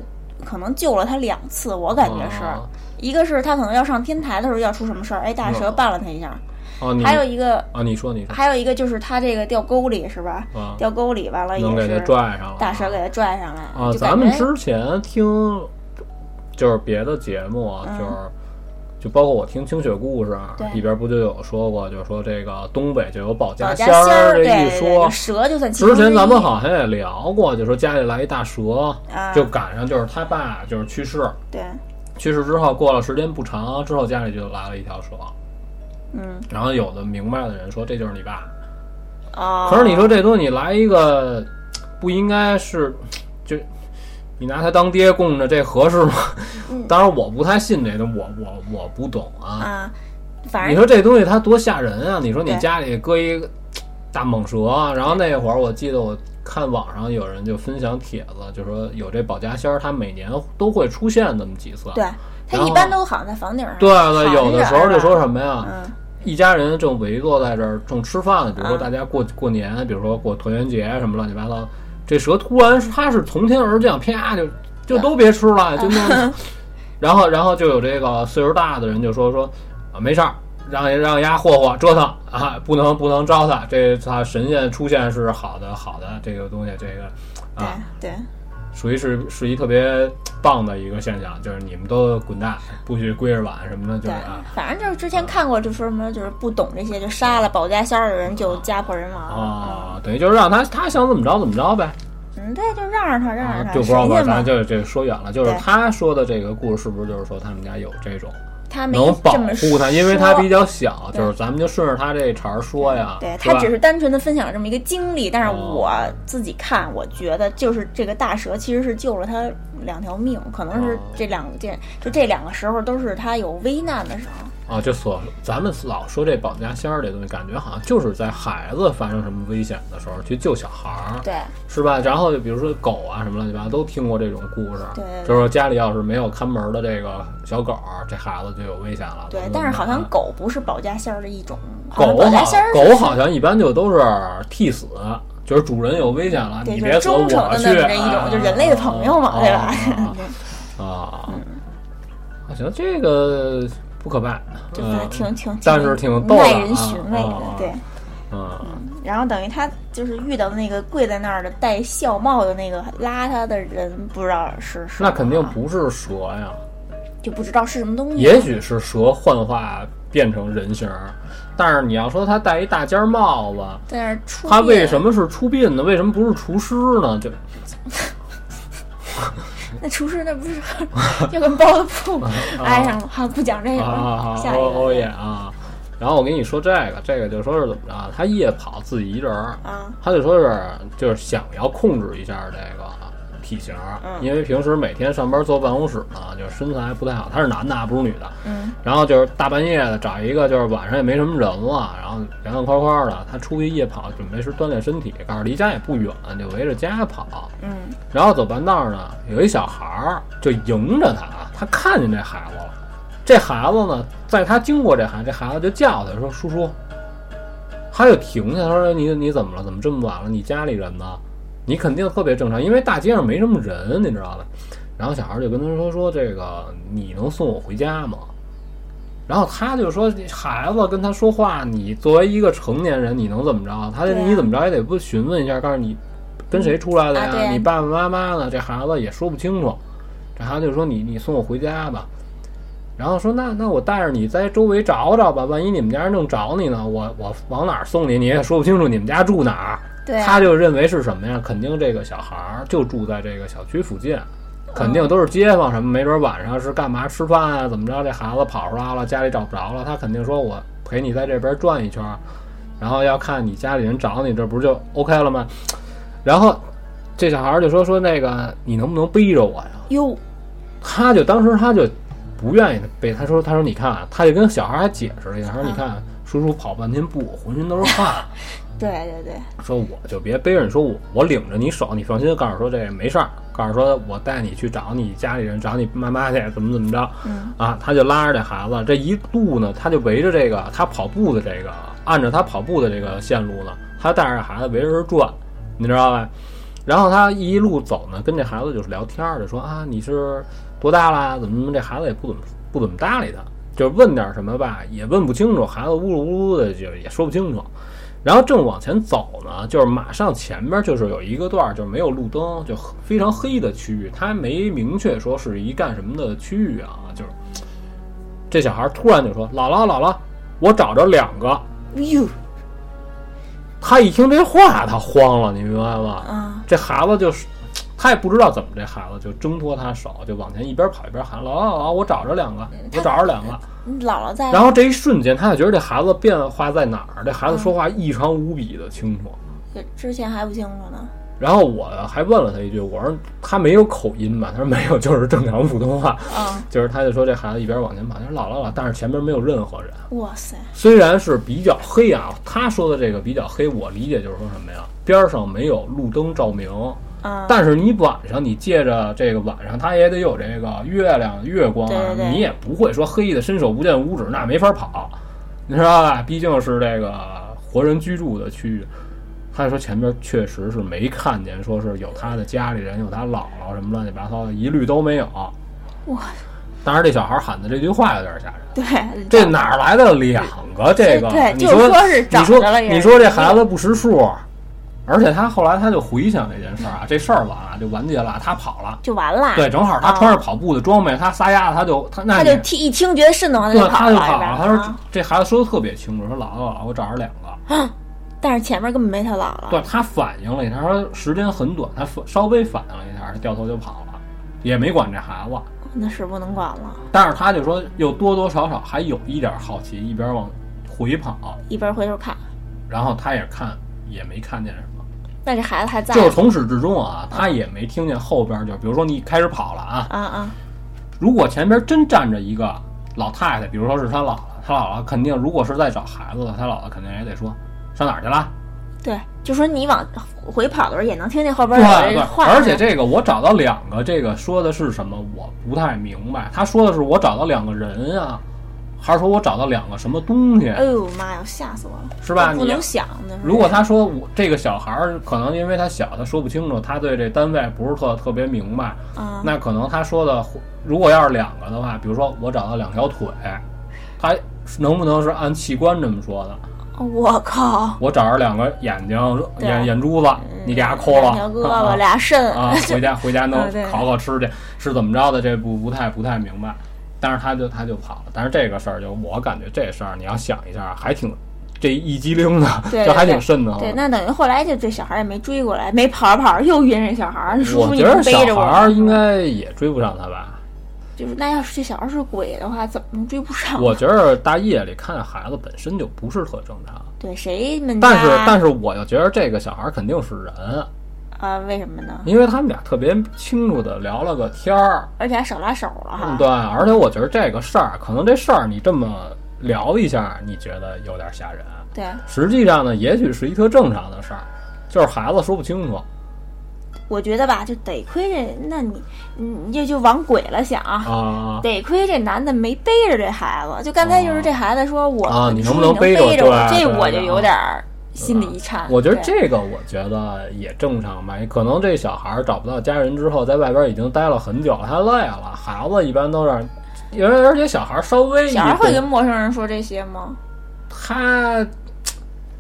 S3: 可能救了他两次，我感觉是。
S2: 哦
S3: 一个是他可能要上天台的时候要出什么事儿，哎，大蛇
S2: 嗯
S3: 绊了他一下；
S2: 哦，你
S3: 还有一个，
S2: 啊，你说你说
S3: 还有一个就是他这个掉沟里是吧？
S2: 啊，
S3: 掉沟里完了
S2: 能
S3: 也
S2: 给他
S3: 是
S2: 拽上了，
S3: 大蛇给他拽上来
S2: 啊，
S3: 就感
S2: 咱们
S3: 觉
S2: 之前听就是别的节目啊，
S3: 嗯
S2: 就是就包括我听《清雪故事
S3: 对》
S2: 里边不就有说过，就是说这个东北就有保
S3: 老
S2: 家
S3: 家
S2: 仙
S3: 仙
S2: 儿
S3: 儿，
S2: 这
S3: 对
S2: 一
S3: 对对，
S2: 说
S3: 就。蛇就算其
S2: 之
S3: 中之
S2: 前咱们
S3: 一
S2: 好像也聊过，就说家里来一大蛇，
S3: 啊，
S2: 就赶上就是他爸就是去世，
S3: 对，
S2: 去世之后过了时间不长，之后家里就来了一条蛇。
S3: 嗯
S2: 然后有的明白的人说这就是你爸，
S3: 啊。
S2: 可是你说这东西你来一个，不应该是，就你拿他当爹供着，这合适吗
S3: 嗯？
S2: 当然我不太信这东，我我我不懂啊。
S3: 啊，反
S2: 你
S3: 正
S2: 说这东西它多吓人啊！你说你
S3: 对
S2: 家里搁一个大蟒蛇啊，然后那会儿我记得我看网上有人就分享帖子，就说有这保家仙儿，它每年都会出现那么几次。
S3: 对他
S2: 然
S3: 一
S2: 后
S3: 般都好像在房顶上，
S2: 对啊对，有的时候就说
S3: 么，
S2: 什么呀？
S3: 嗯
S2: 一家人正围坐在这儿正吃饭呢，比如说
S3: 嗯
S2: 大家过过年，比如说过团圆节什么乱七八糟，这蛇突然是它是从天而降，啪就就都别吃
S3: 嗯
S2: 了，就弄。 然后然后就有这个岁数大的人就说说啊没事儿，让让丫霍霍折腾啊，不能不能招它，这它神仙出现是好的好的这个东西这个
S3: 对
S2: 啊。
S3: 对，
S2: 属于是是一特别棒的一个现象，就是你们都滚蛋，不许跪着碗什么的，就
S3: 对
S2: 是啊，
S3: 反正就是之前看过，就说什么就是不懂这些，就杀了保家仙儿的人就家破人亡。
S2: 啊，等于就是让他他想怎么着怎么着呗，
S3: 嗯，对，就让让他，让让他，
S2: 啊就不知道
S3: 神
S2: 吧，
S3: 仙
S2: 咱
S3: 嘛，
S2: 就这说远了，就是
S3: 对
S2: 他说的这个故事，是不是就是说他们家有这种
S3: 他没
S2: 能保
S3: 这么
S2: 护他，因为他
S3: 说
S2: 比较小，
S3: 对
S2: 就是咱们就顺着他这茬儿说呀，
S3: 对
S2: 吧
S3: 他只是单纯的分享了这么一个经历，但是
S2: 哦
S3: 我自己看，我觉得就是这个大蛇其实是救了他两条命，可能是
S2: 哦
S3: 这两件，就这两个时候都是他有危难的时候。
S2: 啊，就所咱们老说这保家仙儿这东西，感觉好像就是在孩子发生什么危险的时候去救小孩儿，
S3: 对
S2: 是吧？然后就比如说狗啊什么乱七八糟，都听过这种故事，
S3: 对对对
S2: 就是说家里要是没有看门儿的这个小狗儿，这孩子就有危险了。
S3: 对
S2: 怎，么
S3: 但是
S2: 怎么
S3: 好像
S2: 办
S3: 狗不是保家仙儿的一种，好
S2: 嗯
S3: 像
S2: 啊狗
S3: 保家
S2: 好
S3: 仙儿是
S2: 狗好像一般就都是替死，就是主人有危险了，
S3: 对
S2: 你
S3: 就
S2: 别
S3: 是
S2: 走，我
S3: 忠
S2: 去。
S3: 诚的那么这一种，就人类的朋友嘛，对吧？
S2: 吧？ 啊，好像这个不可怕，
S3: 就反正
S2: 嗯，
S3: 挺挺，
S2: 但是挺逗的
S3: 耐
S2: 啊
S3: 人寻味
S2: 啊
S3: 的
S2: 啊，
S3: 对。
S2: 嗯，
S3: 然后等于他就是遇到那个跪在那儿的戴孝帽的那个拉他的人，不知道是是
S2: 那肯定不是蛇呀，
S3: 就不知道是什么东西。
S2: 也许是蛇幻化变成人形儿，但是你要说它戴一大尖儿帽子，
S3: 在那儿出
S2: 它为
S3: 殡
S2: 什么是出殡呢？为什么不是厨师呢？就
S3: 那厨师那不是 就跟包子铺挨上了？好，不讲这个
S2: 啊
S3: 了，哎下一
S2: 哦哦
S3: 个
S2: 耶啊！然后我跟你说这个，这个就说是怎么着啊，他夜跑自己一人儿，
S3: 啊，
S2: 他就说是就是想要控制一下这个体型儿，
S3: 嗯
S2: 因为平时每天上班坐办公室呢，就是身材不太好。他是男的啊，不是女的。
S3: 嗯
S2: 然后就是大半夜的找一个，就是晚上也没什么人了，然后凉凉快快的，他出去夜跑，准备是锻炼身体，告诉离家也不远，就围着家跑。
S3: 嗯
S2: 然后走半道呢，有一小孩儿就迎着他，他看见这孩子了。这孩子呢，在他经过这孩子，这孩子就叫他说：“叔叔。”他就停下，他说：“你你怎么了？怎么这么晚了？你家里人呢？你肯定特别正常，因为大街上没什么人，你知道吧？”然后小孩就跟他说：“说这个你能送我回家吗？”然后他就说：“孩子跟他说话，你作为一个成年人，你能怎么着？他
S3: 对啊
S2: 你怎么着也得不询问一下，告诉你跟谁出来的呀？
S3: 啊对啊
S2: 你爸爸妈妈呢？这孩子也说不清楚。这孩子就说你你送我回家吧。然后说那那我带着你在周围找找吧，万一你们家人正找你呢，我我往哪儿送你你也说不清楚，你们家住哪儿？
S3: 对啊
S2: 他就认为是什么呀？肯定这个小孩儿就住在这个小区附近，
S3: 哦
S2: 肯定都是街坊什么，没准晚上是干嘛吃饭啊，怎么着？这孩子跑出来了，家里找不着了，他肯定说我陪你在这边转一圈儿，然后要看你家里人找你，这不就 OK 了吗？然后这小孩儿就说说那个你能不能逼着我呀？
S3: 哟，
S2: 他就当时他就不愿意被他说，他说你看啊，他就跟小孩还解释了一下，
S3: 嗯
S2: 他说你看叔叔跑半天步，浑身都是汗，
S3: 对对对，
S2: 说我就别背着你，说我我领着你手，你放心，告诉说这没事儿，告诉说我带你去找你家里人，找你妈妈去，怎么怎么着
S3: 嗯
S2: 啊？他就拉着这孩子，这一路呢，他就围着这个他跑步的这个，按照他跑步的这个线路呢，他带着孩子围着这转，你知道吧？然后他一路走呢，跟这孩子就是聊天儿，就说啊，你是多大啦？怎么怎么？这孩子也不怎么不怎么搭理他，就是问点什么吧，也问不清楚，孩子呜噜呜噜的就也说不清楚。然后正往前走呢，就是马上前面就是有一个段儿，就是没有路灯，就非常黑的区域，他没明确说是一干什么的区域啊，就是这小孩突然就说：“姥姥，姥姥，我找着两个。
S3: 哟，”
S2: 他一听这话，他慌了，你明白吗？
S3: 啊，
S2: 这孩子就是，他也不知道怎么这孩子就挣脱他手，就往前一边跑一边喊：“姥姥，姥姥，我找着两个，我找着两个。
S3: 你姥姥”在
S2: 然后这一瞬间，他就觉得这孩子变化在哪儿？这孩子说话异常无比的清楚。
S3: 之前还不清楚呢。
S2: 然后我还问了他一句，我说他没有口音嘛？他说没有，就是正常普通话。
S3: 啊，
S2: 就是他就说这孩子一边往前跑，他说姥姥姥，但是前面没有任何人。
S3: 哇塞，
S2: 虽然是比较黑啊，他说的这个比较黑，我理解就是说什么呀？边儿上没有路灯照明，
S3: 啊，
S2: 但是你晚上你借着这个晚上，它也得有这个月亮月光啊，
S3: 对对对
S2: 你也不会说黑的伸手不见五指，那没法跑，你知道吧？毕竟是这个活人居住的区域。他说前面确实是没看见，说是有他的家里人，有他姥姥什么乱七八糟的，一律都没有。
S3: 哇，
S2: 当然这小孩喊的这句话有点吓人。
S3: 对，
S2: 这哪儿来的两个这个？
S3: 对
S2: 你
S3: 就是
S2: 说
S3: 说是长
S2: 你说
S3: 着了也
S2: 你
S3: 是
S2: 说这孩子不识数，而且他后来他就回想这件事儿啊，这事儿完了就完结了，他跑了。
S3: 就完了。
S2: 对，正好他穿着跑步的装备，他撒丫子他就他那
S3: 哦他
S2: 你
S3: 就听一听觉得瘆得慌，他
S2: 对，
S3: 就跑
S2: 他就是
S3: 了。
S2: 跑
S3: 吧
S2: 了。他说
S3: 啊
S2: 这这孩子说的特别清楚，说姥姥姥姥，我找着两个。
S3: 但是前面根本没他姥姥。
S2: 对他反应了一下，他说时间很短，他反稍微反应了一下，他掉头就跑了，也没管这孩子。
S3: 那是不能管了，
S2: 但是他就说又多多少少还有一点好奇，一边往回跑，
S3: 一边回头看，
S2: 然后他也看也没看见什么，
S3: 那这孩子还在。
S2: 就是从始至终啊，他也没听见后边就，比如说你开始跑了啊，
S3: 啊啊，
S2: 如果前边真站着一个老太太，比如说是他姥姥，他姥姥肯定如果是在找孩子的，他姥姥肯定也得说上哪儿去了，
S3: 对，就说你往回跑的时候也能听见后边
S2: 对
S3: 有
S2: 吧对
S3: 人
S2: 吧，
S3: 话。
S2: 而且这个我找到两个，这个说的是什么我不太明白，他说的是我找到两个人啊，还是说我找到两个什么东西？
S3: 哎呦妈呀，吓死我了！
S2: 是吧
S3: 我不
S2: 你
S3: 能想的。
S2: 如果他说我这个小孩儿可能因为他小，他说不清楚，他对这单位不是特特别明白，
S3: 啊，
S2: 那可能他说的，如果要是两个的话，比如说我找到两条腿，他能不能是按器官这么说的？
S3: 哦我靠，
S2: 我找着两个眼睛、
S3: 对嗯
S2: 眼眼珠子，你给它抠了，
S3: 两条胳膊，
S2: 啊
S3: 俩肾，
S2: 啊，回家回家
S3: 啊
S2: 能
S3: 对
S2: 烤烤吃去，是怎么着的？这不不太不太明白。但是他就他就跑了，但是这个事儿就我感觉这事儿你要想一下，还挺这一激灵的，
S3: 对
S2: 就还
S3: 对
S2: 挺瘆得慌
S3: 对，
S2: 的。
S3: 那等于后来就这小孩也没追过来，没跑着跑着又晕这小孩儿，叔
S2: 我觉
S3: 叔你
S2: 得
S3: 能
S2: 小
S3: 背着我
S2: 孩
S3: 吗。
S2: 儿应该也追不上他吧。
S3: 就是那要是这小孩是鬼的话，怎么能追不 上？
S2: 我觉得大夜里看见孩子本身就不是特正常，
S3: 对谁们家？
S2: 但是但是我又觉得这个小孩肯定是人，
S3: 啊，为什么呢？
S2: 因为他们俩特别清楚的聊了个天儿，嗯
S3: 而且还手拉手了哈。
S2: 对，而且我觉得这个事儿，可能这事儿你这么聊一下，你觉得有点吓人，
S3: 对，
S2: 实际上呢，也许是一特正常的事儿，就是孩子说不清楚
S3: 我觉得吧，就得亏这，那你你你这就往鬼了想。
S2: 啊
S3: 得亏这男的没背着这孩子，就刚才就是这孩子说我，
S2: 啊
S3: 你
S2: 你能
S3: 不
S2: 不能
S3: 背
S2: 背着我
S3: 我？
S2: 对
S3: 这
S2: 对
S3: 我就
S2: 对
S3: 有
S2: 啊嗯
S3: 点儿心里一颤。
S2: 我觉得
S3: 啊对
S2: 这个，我觉得也正常吧。可能这小孩儿找不到家人之后，在外边已经待了很久了，他累了。孩子一般都让，而而且小孩儿稍微一
S3: 小孩会跟
S2: 动，
S3: 陌生人说这些吗？
S2: 他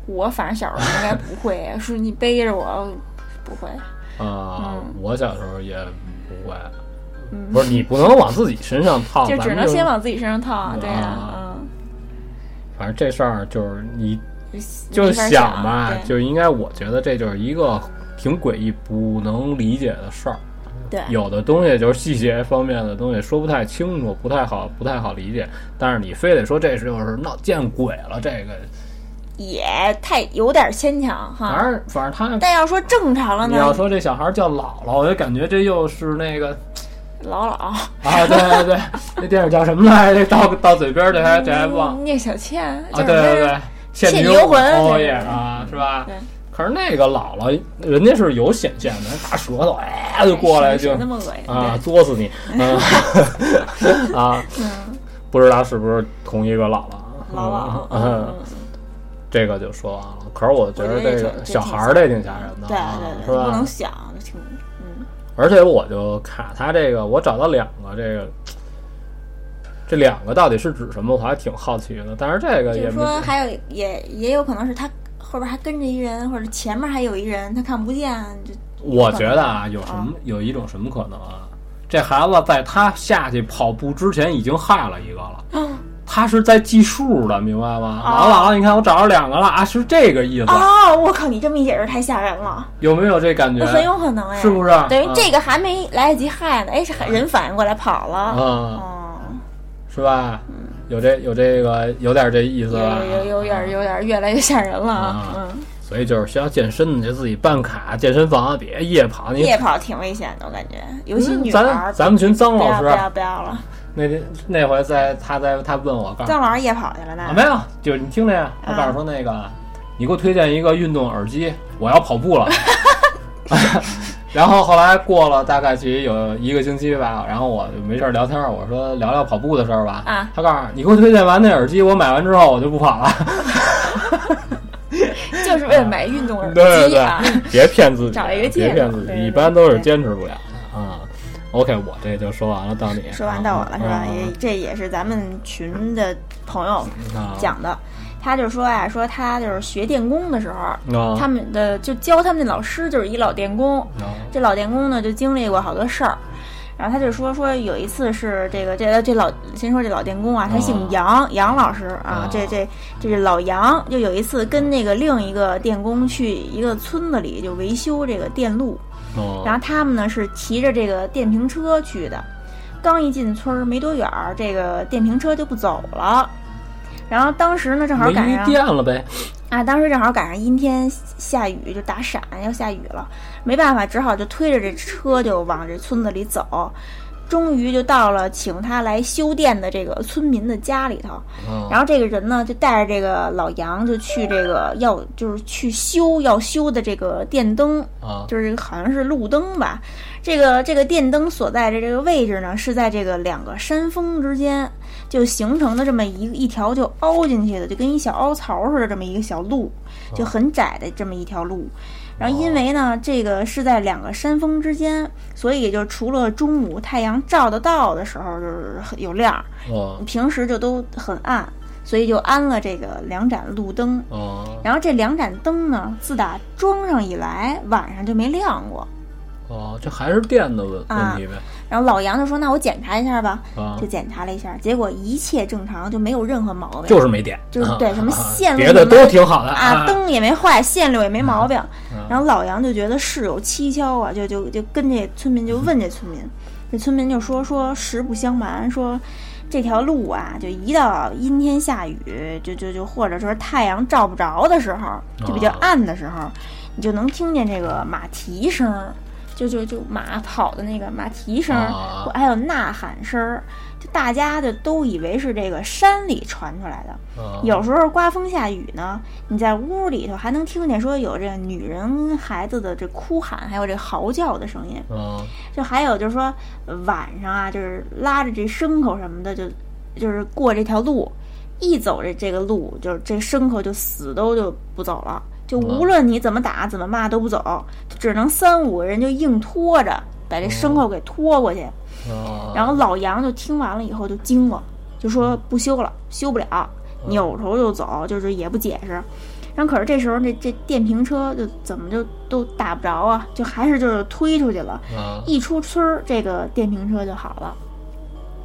S3: 我反正小时候应该不会，说你背着我不会。
S2: 啊、
S3: 嗯
S2: 我小时候也不会，
S3: 嗯
S2: 不是你不能往自己身上套，
S3: 就
S2: 哦
S3: 只
S2: 咱们
S3: 能
S2: 就
S3: 先往自己身上套啊，对
S2: 啊
S3: 呀，
S2: 反正这事儿就是你
S3: 嗯，
S2: 就是
S3: 没法
S2: 想吧，
S3: 对
S2: 就应该我觉得这就是一个挺诡异、不能理解的事儿。
S3: 对，
S2: 有的东西就是细节方面的东西说不太清楚，不太好，不太好理解。但是你非得说这是就是闹见鬼了，这个
S3: 也太有点牵强
S2: 反
S3: 哈。
S2: 正反正他
S3: 但要说正常了
S2: 你要
S3: 呢，
S2: 说这小孩叫姥姥，我就感觉这又是那个
S3: 老老
S2: 啊， 对对对，那电影叫什么来着？到到嘴边儿这还这还忘
S3: 聂小倩
S2: 啊？对对对，《倩
S3: 倩
S2: 女
S3: 女
S2: 幽
S3: 幽魂
S2: 哦
S3: 对
S2: 耶
S3: 对对
S2: 啊，是吧
S3: 对？
S2: 可是那个姥姥，人家是有显现的，大舌头哎就过来就
S3: 那么恶心
S2: 啊，作死 你！嗯啊，不知道是不是同一个姥姥啊？
S3: 老老，
S2: 嗯
S3: 嗯
S2: 这个就说啊完了。可是我觉得
S3: 我觉得也
S2: 这
S3: 挺
S2: 个小孩儿这挺吓人的
S3: 对对
S2: 啊，
S3: 对，
S2: 是
S3: 不能
S2: 吧？
S3: 想，挺嗯，
S2: 而且我就看他这个，我找到两个这个，这两个到底是指什么？我还挺好奇的。但是这个呃
S3: 就
S2: 也
S3: 是
S2: 没
S3: 说还有也也有可能是他后边还跟着一人，或者前面还有一人他看不见，就
S2: 我觉得啊，有什么
S3: 嗯
S2: 有一种什么可能啊？这孩子在他下去跑步之前已经害了一个了，
S3: 嗯
S2: 他是在计数的，明白吗？
S3: 啊
S2: 姥姥，你看我找着两个了啊，是这个意思，
S3: 哦，我靠，你这么一解释太吓人了，
S2: 有没有这感觉
S3: 那？很有可能哎，
S2: 是不是
S3: 等于
S2: 嗯
S3: 这个还没来得及害呢，哎，是人反应过来跑了，
S2: 嗯，
S3: 哦，
S2: 是吧？有这有这个有点这意思
S3: 有
S2: 吧？
S3: 嗯有有点有点越来越吓人了啊，
S2: 啊
S3: 嗯，
S2: 所以就是需要健身的，就自己办卡健身房，别夜跑。你
S3: 夜跑挺危险的，我感觉，尤其女孩
S2: 嗯咱
S3: 儿，
S2: 咱们群张
S3: 不
S2: 老
S3: 要不
S2: 师啊
S3: 要不要了，
S2: 那天那回在他在他问我，告诉
S3: 张老师夜跑去了那
S2: 啊，没有，就是你听着呀，他
S3: 啊
S2: 告诉说那个，你给我推荐一个运动耳机，我要跑 步了。然后后来过了大概其实有一个星期吧，然后我就没事儿聊天儿，我说聊聊跑步的事儿吧。
S3: 啊
S2: 他告诉我你给我推荐完那耳机，我买完之后我就不 跑了。
S3: 就是为了买运动耳
S2: 对对
S3: 机
S2: 对
S3: 啊，，
S2: 别骗自己，
S3: 找一个借
S2: 别
S3: 口
S2: 骗自
S3: 对
S2: 己，
S3: 对
S2: 一般都是
S3: 对
S2: 坚持不了的啊。OK，我这就说完了，到你
S3: 说完到我了是吧？
S2: 啊
S3: 也这也是咱们群的朋友
S2: 啊
S3: 讲的，他就说呀，说他就是学电工的时候，
S2: 啊
S3: 他们的就教他们的老师就是一老电工，
S2: 啊
S3: 这老电工呢就经历过好多事儿。然后他就说说有一次是这个这这老先说这老电工啊，他姓杨，杨老师啊
S2: 啊，
S3: 这这这是老杨，就有一次跟那个另一个电工去一个村子里就维修这个电路，
S2: 哦
S3: 然后他们呢是骑着这个电瓶车去的，刚一进村儿没多远儿，这个电瓶车就不走了。然后当时呢，正好
S2: 没
S3: 赶上
S2: 电了呗，
S3: 啊，当时正好赶上阴天下雨，就打闪，要下雨了，没办法，只好就推着这车就往这村子里走。终于就到了请他来修电的这个村民的家里头，
S2: 啊
S3: 然后这个人呢，就带着这个老杨就去这个要就是去修要修的这个电灯，
S2: 啊
S3: 就是好像是路灯吧。这个这个电灯所在的这个位置呢，是在这个两个山峰之间，就形成的这么一一条就凹进去的，就跟一小凹槽似的这么一个小路，就很窄的这么一条路。然后因为呢，这个是在两个山峰之间，所以也就除了中午太阳照得到的时候就是很有亮儿，
S2: 啊
S3: 平时就都很暗，所以就安了这个两盏路灯。
S2: 啊
S3: 然后这两盏灯呢，自打装上以来，晚上就没亮过。
S2: 哦，这还是电的问问题呗。
S3: 然后老杨就说：“那我检查一下吧。”
S2: 啊
S3: 就，检查了一下，结果一切正常，就没有任何毛病。
S2: 就是没电，
S3: 就是
S2: 啊
S3: 对
S2: 啊
S3: 什么线路
S2: 别的
S3: 什么
S2: 都挺好的
S3: 啊，灯也没坏，线路也没毛病。
S2: 嗯
S3: 然后老杨就觉得事有蹊跷啊，就就就跟这村民就问这村民，这村民就说说实不相瞒，说这条路啊，就一到阴天下雨，就就就或者说太阳照不着的时候，就比较
S2: 啊
S3: 暗的时候，你就能听见这个马蹄声儿。就就就马跑的那个马蹄声儿
S2: 啊，
S3: 或还有呐喊声儿，就大家就都以为是这个山里传出来的，
S2: 啊
S3: 有时候刮风下雨呢，你在屋里头还能听见说有这个女人跟孩子的这哭喊，还有这嚎叫的声音。
S2: 啊
S3: 就还有就是说呃晚上啊，就是拉着这牲口什么的，就就是过这条路，一走这这个路，就是这牲口就死都就不走了，就无论你怎么打怎么骂都不走，只能三五个人就硬拖着把这牲口给拖过去。
S2: 啊，
S3: 然后老杨就听完了以后就惊了，就说不修了，修不了，扭头就走，就是也不解释。然后可是这时候这这电瓶车就怎么就都打不着啊，就还是就是推出去了。
S2: 啊
S3: 一出村儿，这个电瓶车就好了。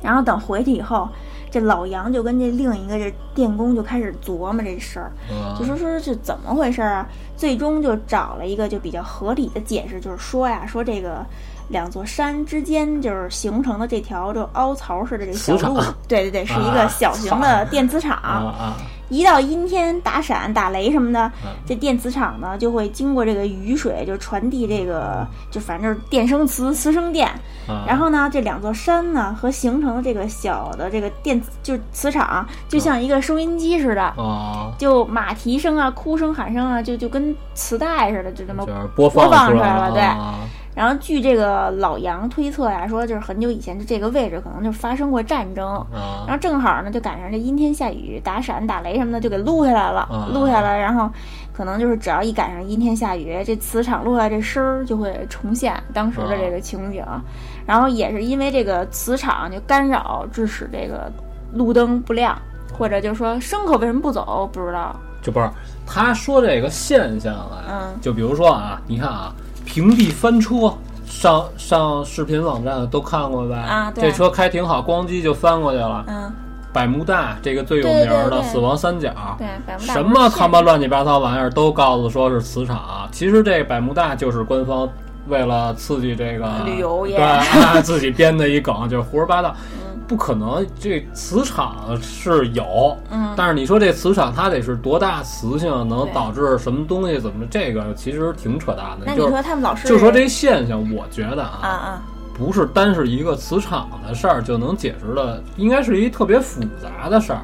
S3: 然后等回去以后，这老杨就跟这另一个这电工就开始琢磨这事儿，
S2: 啊
S3: 就说说是怎么回事儿啊？最终就找了一个就比较合理的解释，就是说呀，说这个两座山之间就是形成的这条就凹槽似的这小
S1: 磁场
S3: 路，对对对，是一
S2: 啊
S3: 个小型
S2: 反
S3: 的电磁场。
S2: 啊啊，
S3: 一到阴天打闪、打雷什么的
S2: 嗯，
S3: 这电磁场呢就会经过这个雨水，就传递这个，就反正就是电生磁，磁生电。
S2: 啊
S3: 然后呢，这两座山呢和形成的这个小的这个电磁，就是磁场，就像一个收音机似的，
S2: 啊，
S3: 就马蹄声啊、哭声、喊声啊，就就跟磁带似的，就这么
S2: 嗯就是播
S3: 播放
S2: 出
S3: 出来了对
S2: 啊
S3: 然后据这个老杨推测呀，说就是很久以前的这个位置可能就发生过战争，然
S2: 啊
S3: 后正好呢就赶上这阴天下雨、打闪、打雷什么的，就给录下来
S2: 啊
S3: 了，录下来，然后可能就是只要一赶上阴天下雨，这磁场录下来这声儿就会重现当时的这个情景，
S2: 啊
S3: 然后也是因为这个磁场就干扰，致使这个路灯不亮，或者就说牲口为什么不走不知道，
S2: 就不是他说这个现象啊，
S3: 嗯
S2: 就比如说啊，你看啊，平地翻车。上上视频网站都看过吧？
S3: 啊对
S2: 这车开挺好，咣叽就翻过去了。
S3: 嗯，
S2: 百慕大这个最有
S3: 对对
S2: 名儿的
S3: 对
S2: 死亡三角，
S3: 对，百慕大
S2: 什
S3: 不是
S2: 么
S3: 现
S2: 他妈乱七八糟玩意儿都告诉说是磁场，啊其实这百慕大就是官方为了刺激这个
S3: 旅游业
S2: 对、啊， 自己编的一梗，就是胡说八道。
S3: 嗯
S2: 不可能，这磁场是有，
S3: 嗯
S2: 但是你说这磁场它得是多大磁性，能
S3: 对
S2: 导致什么东西怎么？这个其实挺扯淡
S3: 那
S2: 的，
S3: 你
S2: 就是
S3: 说他们老师
S2: 就说这现象，我觉得
S3: 啊啊，
S2: 不是单是一个磁场的事儿就能解释的，应该是一特别复杂的事儿。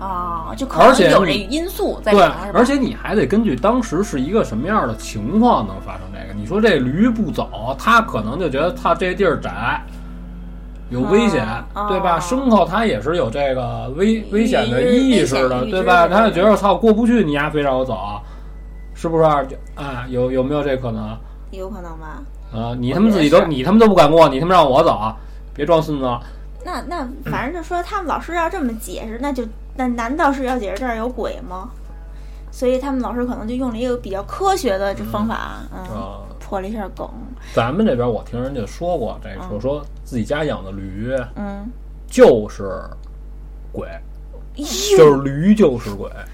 S3: 哦，就可
S2: 而
S3: 能
S2: 且
S3: 有这
S2: 你
S3: 因素在里
S2: 对
S3: 面，是吧？
S2: 而且你还得根据当时是一个什么样的情况能发生这个。你说这驴不走，他可能就觉得他这地儿窄，有危险，
S3: 哦
S2: 对吧？
S3: 哦
S2: 牲口它也是有这个危
S3: 预
S2: 危险的意识的，
S3: 危险预知
S2: 对吧？
S3: 的
S2: 它就觉得操过不去，你丫非让我走，是不是？就啊，有有没有这可能？
S3: 有可能吧。
S2: 啊，你
S3: 我
S2: 他们
S3: 觉
S2: 自
S3: 得
S2: 己都
S3: 是
S2: 你他们都不敢过，你他们让我走，啊别装孙子啊了。
S3: 那那反正就说他们老师要这么解释，那就那难道是要解释这儿有鬼吗？所以他们老师可能就用了一个比较科学的这方法，嗯，
S2: 啊，
S3: 破了一下梗，
S2: 咱们这边我听人家说过这个，说自己家养的驴
S3: 嗯，
S2: 就是鬼。
S3: 哟，
S2: 就是驴就是鬼，
S3: 哎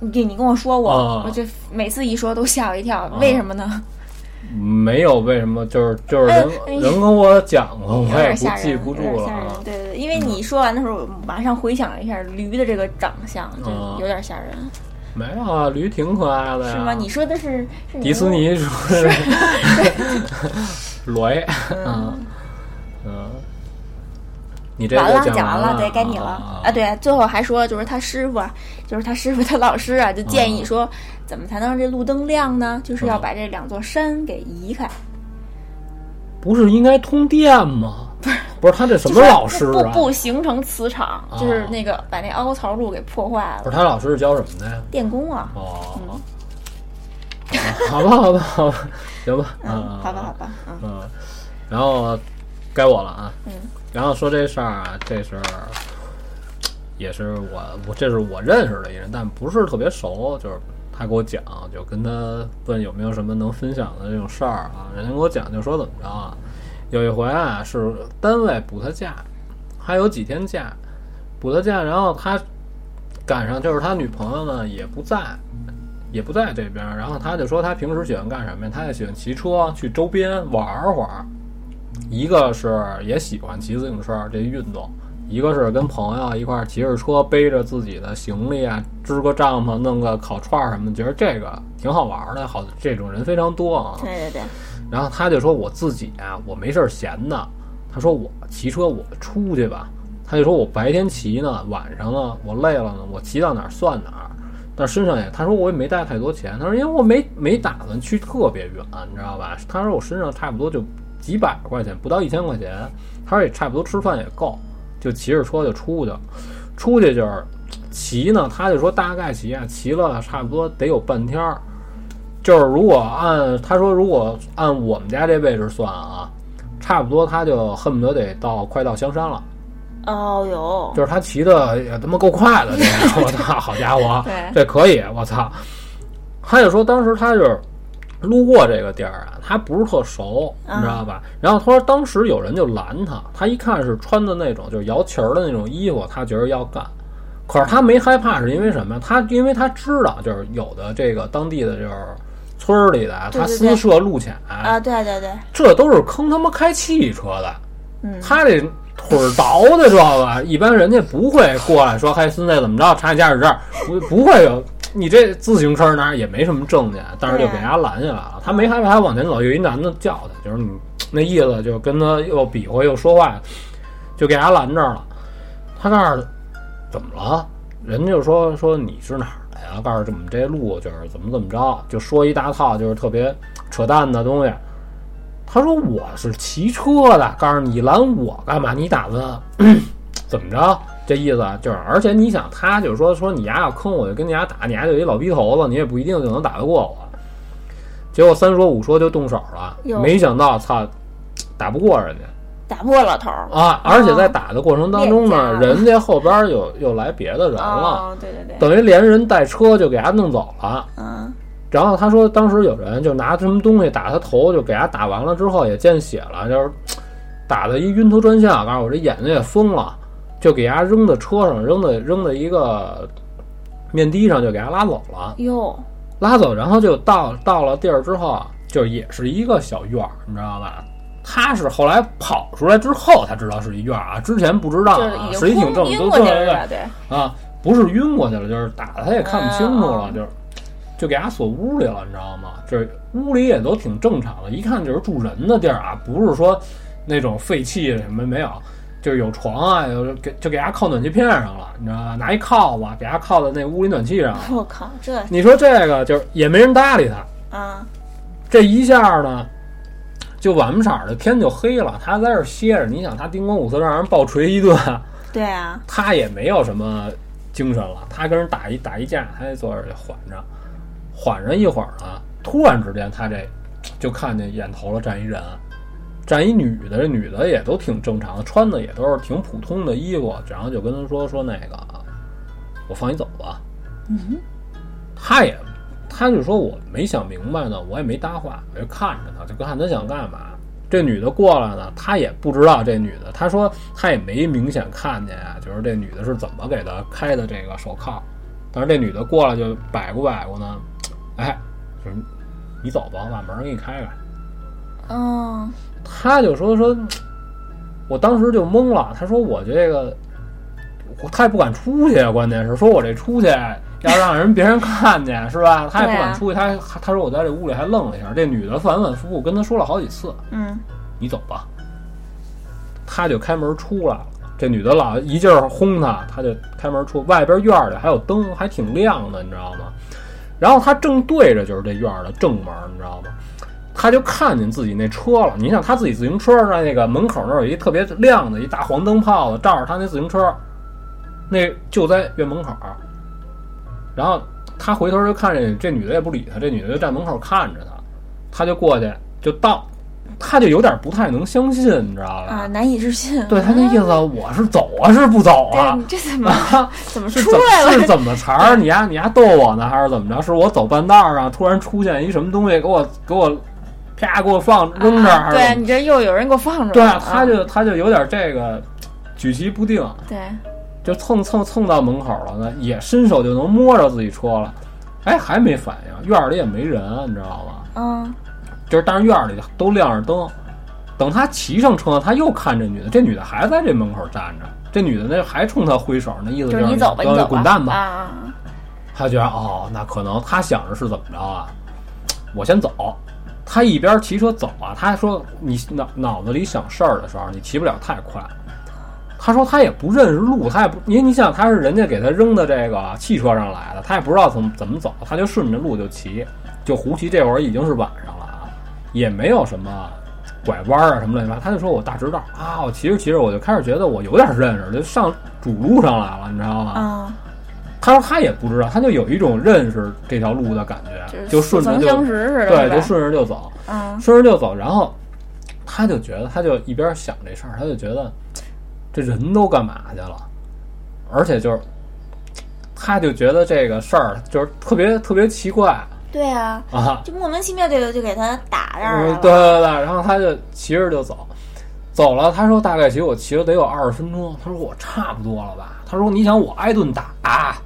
S3: 你你跟我说过，
S2: 啊
S3: 我这每次一说都吓我一跳，
S2: 啊
S3: 为什么呢？
S2: 没有为什么，就是就是
S3: 哎
S2: 人、
S3: 哎
S2: 人跟我讲过，我
S3: 有
S2: 也
S3: 点
S2: 不
S3: 吓人，
S2: 记
S3: 有
S2: 不住
S3: 点
S2: 了
S3: 吓人
S2: 啊。。
S3: 对对对，因为你说完的时候，我马上回想了一下驴的这个长相，就
S2: 啊
S3: 有点吓人，
S2: 没有啊，驴挺可爱的呀。
S3: 是吗？你说的是是
S2: 迪斯尼说的 是驴，嗯嗯，你这
S3: 完
S2: 个
S3: 了，讲
S2: 完
S3: 了，对，该你了啊！，对，最后还说就是他师傅啊，就是他师傅他老师啊，就建
S2: 嗯
S3: 议说，怎么才能让这路灯亮呢？就是要把这两座山给移开。
S2: 不是应该通电吗？不是他这什
S3: 就
S2: 么
S3: 是
S2: 老师
S3: 不
S2: 啊？
S3: 不形成磁场，
S2: 啊
S3: 就是那个把那凹槽路给破坏
S2: 不是
S3: 了。
S2: 他老师是教什么的呀？
S3: 电工啊，
S2: 哦，啊好吧，好吧，好吧，行吧，啊
S3: 嗯，
S2: 好
S3: 好吧，好吧，嗯，
S2: 嗯，然后该我了啊。
S3: 嗯。
S2: 然后说这事儿啊，这是也是我我这是我认识的一人，但不是特别熟，就是。他给我讲，就跟他问有没有什么能分享的这种事儿啊。人家给我讲，就说怎么着啊，有一回啊是单位补他假，还有几天假，补他假，然后他赶上就是他女朋友呢也不在，也不在这边儿，然后他就说他平时喜欢干什么呀？他也喜欢骑车去周边玩儿会儿，一个是也喜欢骑自行车这运动，一个是跟朋友一块儿骑着车背着自己的行李啊，支个帐篷，弄个烤串儿什么的，觉得这个挺好玩儿的，好这种人非常多啊。
S3: 对对对，
S2: 然后他就说我自己啊，我没事儿闲的，他说我骑车我出去吧，他就说我白天骑呢，晚上呢我累了呢，我骑到哪儿算哪儿。但身上也，他说我也没带太多钱，他说因为我没没打算去特别远，你知道吧？他说我身上差不多就几百块钱，不到一千块钱，他说也差不多吃饭也够，就骑着车就出去了，出去就是骑呢，他就说大概骑啊，骑了差不多得有半天儿，就是如果按他说，如果按我们家这位置算啊，差不多他就恨不得得到快到香山了。
S3: 哦哟，
S2: 就是他骑的也他妈够快 的，这个我操，好家伙
S3: 对，
S2: 这可以，我操！他就说当时他就是路过这个地儿啊，他不是特熟，
S3: 嗯
S2: 你知道吧？然后他说当时有人就拦他，他一看是穿的那种就是摇旗儿的那种衣服，他觉得要干。可是他没害怕，是因为什么呀？他因为他知道，就是有的这个当地的就是村儿里的啊，
S3: 对
S2: 他
S3: 对
S2: 私
S3: 对
S2: 设路卡，
S3: 啊，对对对，
S2: 这都是坑他妈开汽车的，
S3: 嗯
S2: 他这腿儿倒的，知道吧？一般人家不会过来说：“嗨，孙子，怎么着？查你驾驶证。”不不会有，你这自行车那儿也没什么证件，但是就给人家拦下来了。他没害怕，他往前走，有一男的叫他，就是你那意思，就跟他又比划又说话，就给人家拦这儿了。他告诉他怎么了？人家就说说你是哪儿的呀？告诉我们这路就是怎么怎么着，就说一大套就是特别扯淡的东西。他说我是骑车的，告诉你拦我干嘛？你打算 怎么着？这意思啊，就是，而且你想，他就是说说你丫要坑我，就跟你丫打，你丫就一老逼头子，你也不一定就能打得过我。结果三说五说就动手了
S3: 哟，
S2: 没想到操，打不过人家。
S3: 打不过老头儿。
S2: 啊，而且在打的过程当中呢，
S3: 哦
S2: 人家后边又又来别的人了，
S3: 哦，对对对，
S2: 等于连人带车就给他弄走了。
S3: 嗯
S2: 然后他说，当时有人就拿什么东西打他头，就给他打完了之后也见血了，就是打的一晕头转向，告诉我这眼睛也疯了，就给他扔在车上，扔在扔在一个面的上，就给他拉走了。
S3: 哟，
S2: 拉走，然后就到到了地儿之后，啊就也是一个小院儿，你知道吧？他是后来跑出来之后才知道是一院儿啊，之前不知道
S3: 就是
S2: 啊，
S3: 已
S2: 是一挺
S3: 经晕
S2: 正
S3: 晕
S2: 都
S3: 过
S2: 对
S3: 去
S2: 对
S3: 了
S2: 对
S3: 吧，对，
S2: 啊，不是晕过去了，就是打他也看不清楚了，
S3: 嗯嗯
S2: 就是就给他锁屋里了，你知道吗？就是屋里也都挺正常的，一看就是住人的地儿啊，不是说那种废弃什么没有，就是有床啊，有给就给他靠暖气片上了，你知道吧？拿一靠子给他靠在那屋里暖气上了。
S3: 我靠，这
S2: 你说这个就是也没人搭理他。
S3: 啊，
S2: 这一下呢，就晚不色儿的天就黑了，他在这儿歇着。你想，他叮咣五四让人暴锤一顿，
S3: 对啊，
S2: 他也没有什么精神了。他跟人打一打一架，他就坐这儿就缓着，缓着一会儿呢，突然之间他这就看见眼头了站一人，站一女的，这女的也都挺正常的，穿的也都是挺普通的衣服，然后就跟他说说那个，我放你走吧。
S3: 嗯，
S2: 他也，他就说我没想明白呢，我也没搭话，我就看着他，就看他想干嘛。这女的过来呢，他也不知道这女的，他说他也没明显看见啊，就是这女的是怎么给他开的这个手铐。但是这女的过来就摆过摆过呢，哎，就是你走吧，我把门给你开开。
S3: 哦，
S2: 他就说说，我当时就懵了。他说我这个，我他也不敢出去，啊关键是说我这出去要让人别人看见是吧？他也不敢出去。他他说我在这屋里还愣了一下，这女的反反复复跟他说了好几次
S3: 嗯，：“
S2: 你走吧。”他就开门出来了。这女的老一劲儿轰他，他就开门出。外边院儿里还有灯，还挺亮的，你知道吗？然后他正对着就是这院儿的正门，你知道吗？他就看见自己那车了。你想他自己自行车上那个门口那儿有一特别亮的一大黄灯泡子，照着他那自行车，那就在院门口。然后他回头就看见这女的也不理他，这女的就站门口看着他，他就过去就到，他就有点不太能相信，你知道吧？
S3: 啊，难以置信，嗯
S2: 对他那意思，我是走啊，是不走
S3: 对
S2: 啊
S3: 你？这怎么怎么
S2: 是
S3: 出
S2: 怎
S3: 来
S2: 是
S3: 了？
S2: 怎么茬儿？你丫你丫逗我呢，还是怎么着？是我走半道儿啊，突然出现一什么东西，给我给我啪给我放扔这儿，
S3: 啊
S2: 还是
S3: 对
S2: 怎么
S3: 你这又有人给我放出
S2: 对啊
S3: 来了，，啊
S2: 他就他就有点这个举棋不定，
S3: 对，
S2: 就蹭蹭蹭到门口了呢，也伸手就能摸着自己车了，哎，还没反应，院儿里也没人，你知道吗？
S3: 嗯，
S2: 就是但是院儿里都亮着灯。等他骑上车，他又看这女的，这女的还在这门口站着，这女的那还冲他挥手，那意思
S3: 就是是你走吧，
S2: 呃
S3: 你走吧，
S2: 滚蛋吧
S3: 啊，啊，
S2: 他觉得哦，那可能他想着是怎么着啊？我先走。他一边骑车走啊，他还说你脑脑子里想事儿的时候，你骑不了太快。他说他也不认识路，他也不，因为你想他是人家给他扔到这个汽车上来的，他也不知道怎么怎么走，他就顺着路就骑，就胡骑。这会儿已经是晚上了啊，也没有什么拐弯啊什么乱七八，他就说我大直道啊，我骑着骑着我就开始觉得我有点认识，就上主路上来了，你知道吗？
S3: 啊，
S2: 他说他也不知道，他就有一种认识这条路的感觉，
S3: 就
S2: 就是
S3: 似
S2: 顺着
S3: 曾
S2: 就
S3: 相识似的，
S2: 对，就是
S3: 吧，
S2: 顺着就走，
S3: 嗯，
S2: 顺着就走。然后他就觉得，他就一边想这事儿，他就觉得这人都干嘛去了，而且就是他就觉得这个事儿就是特别特别奇怪，
S3: 对啊，
S2: 啊，
S3: 就莫名其妙就就给他打这儿
S2: 嗯对
S3: 来了。
S2: 对对，然后他就骑着就走，走了。他说大概骑我骑了得有二十分钟，他说我差不多了吧？他说你想我挨顿打、啊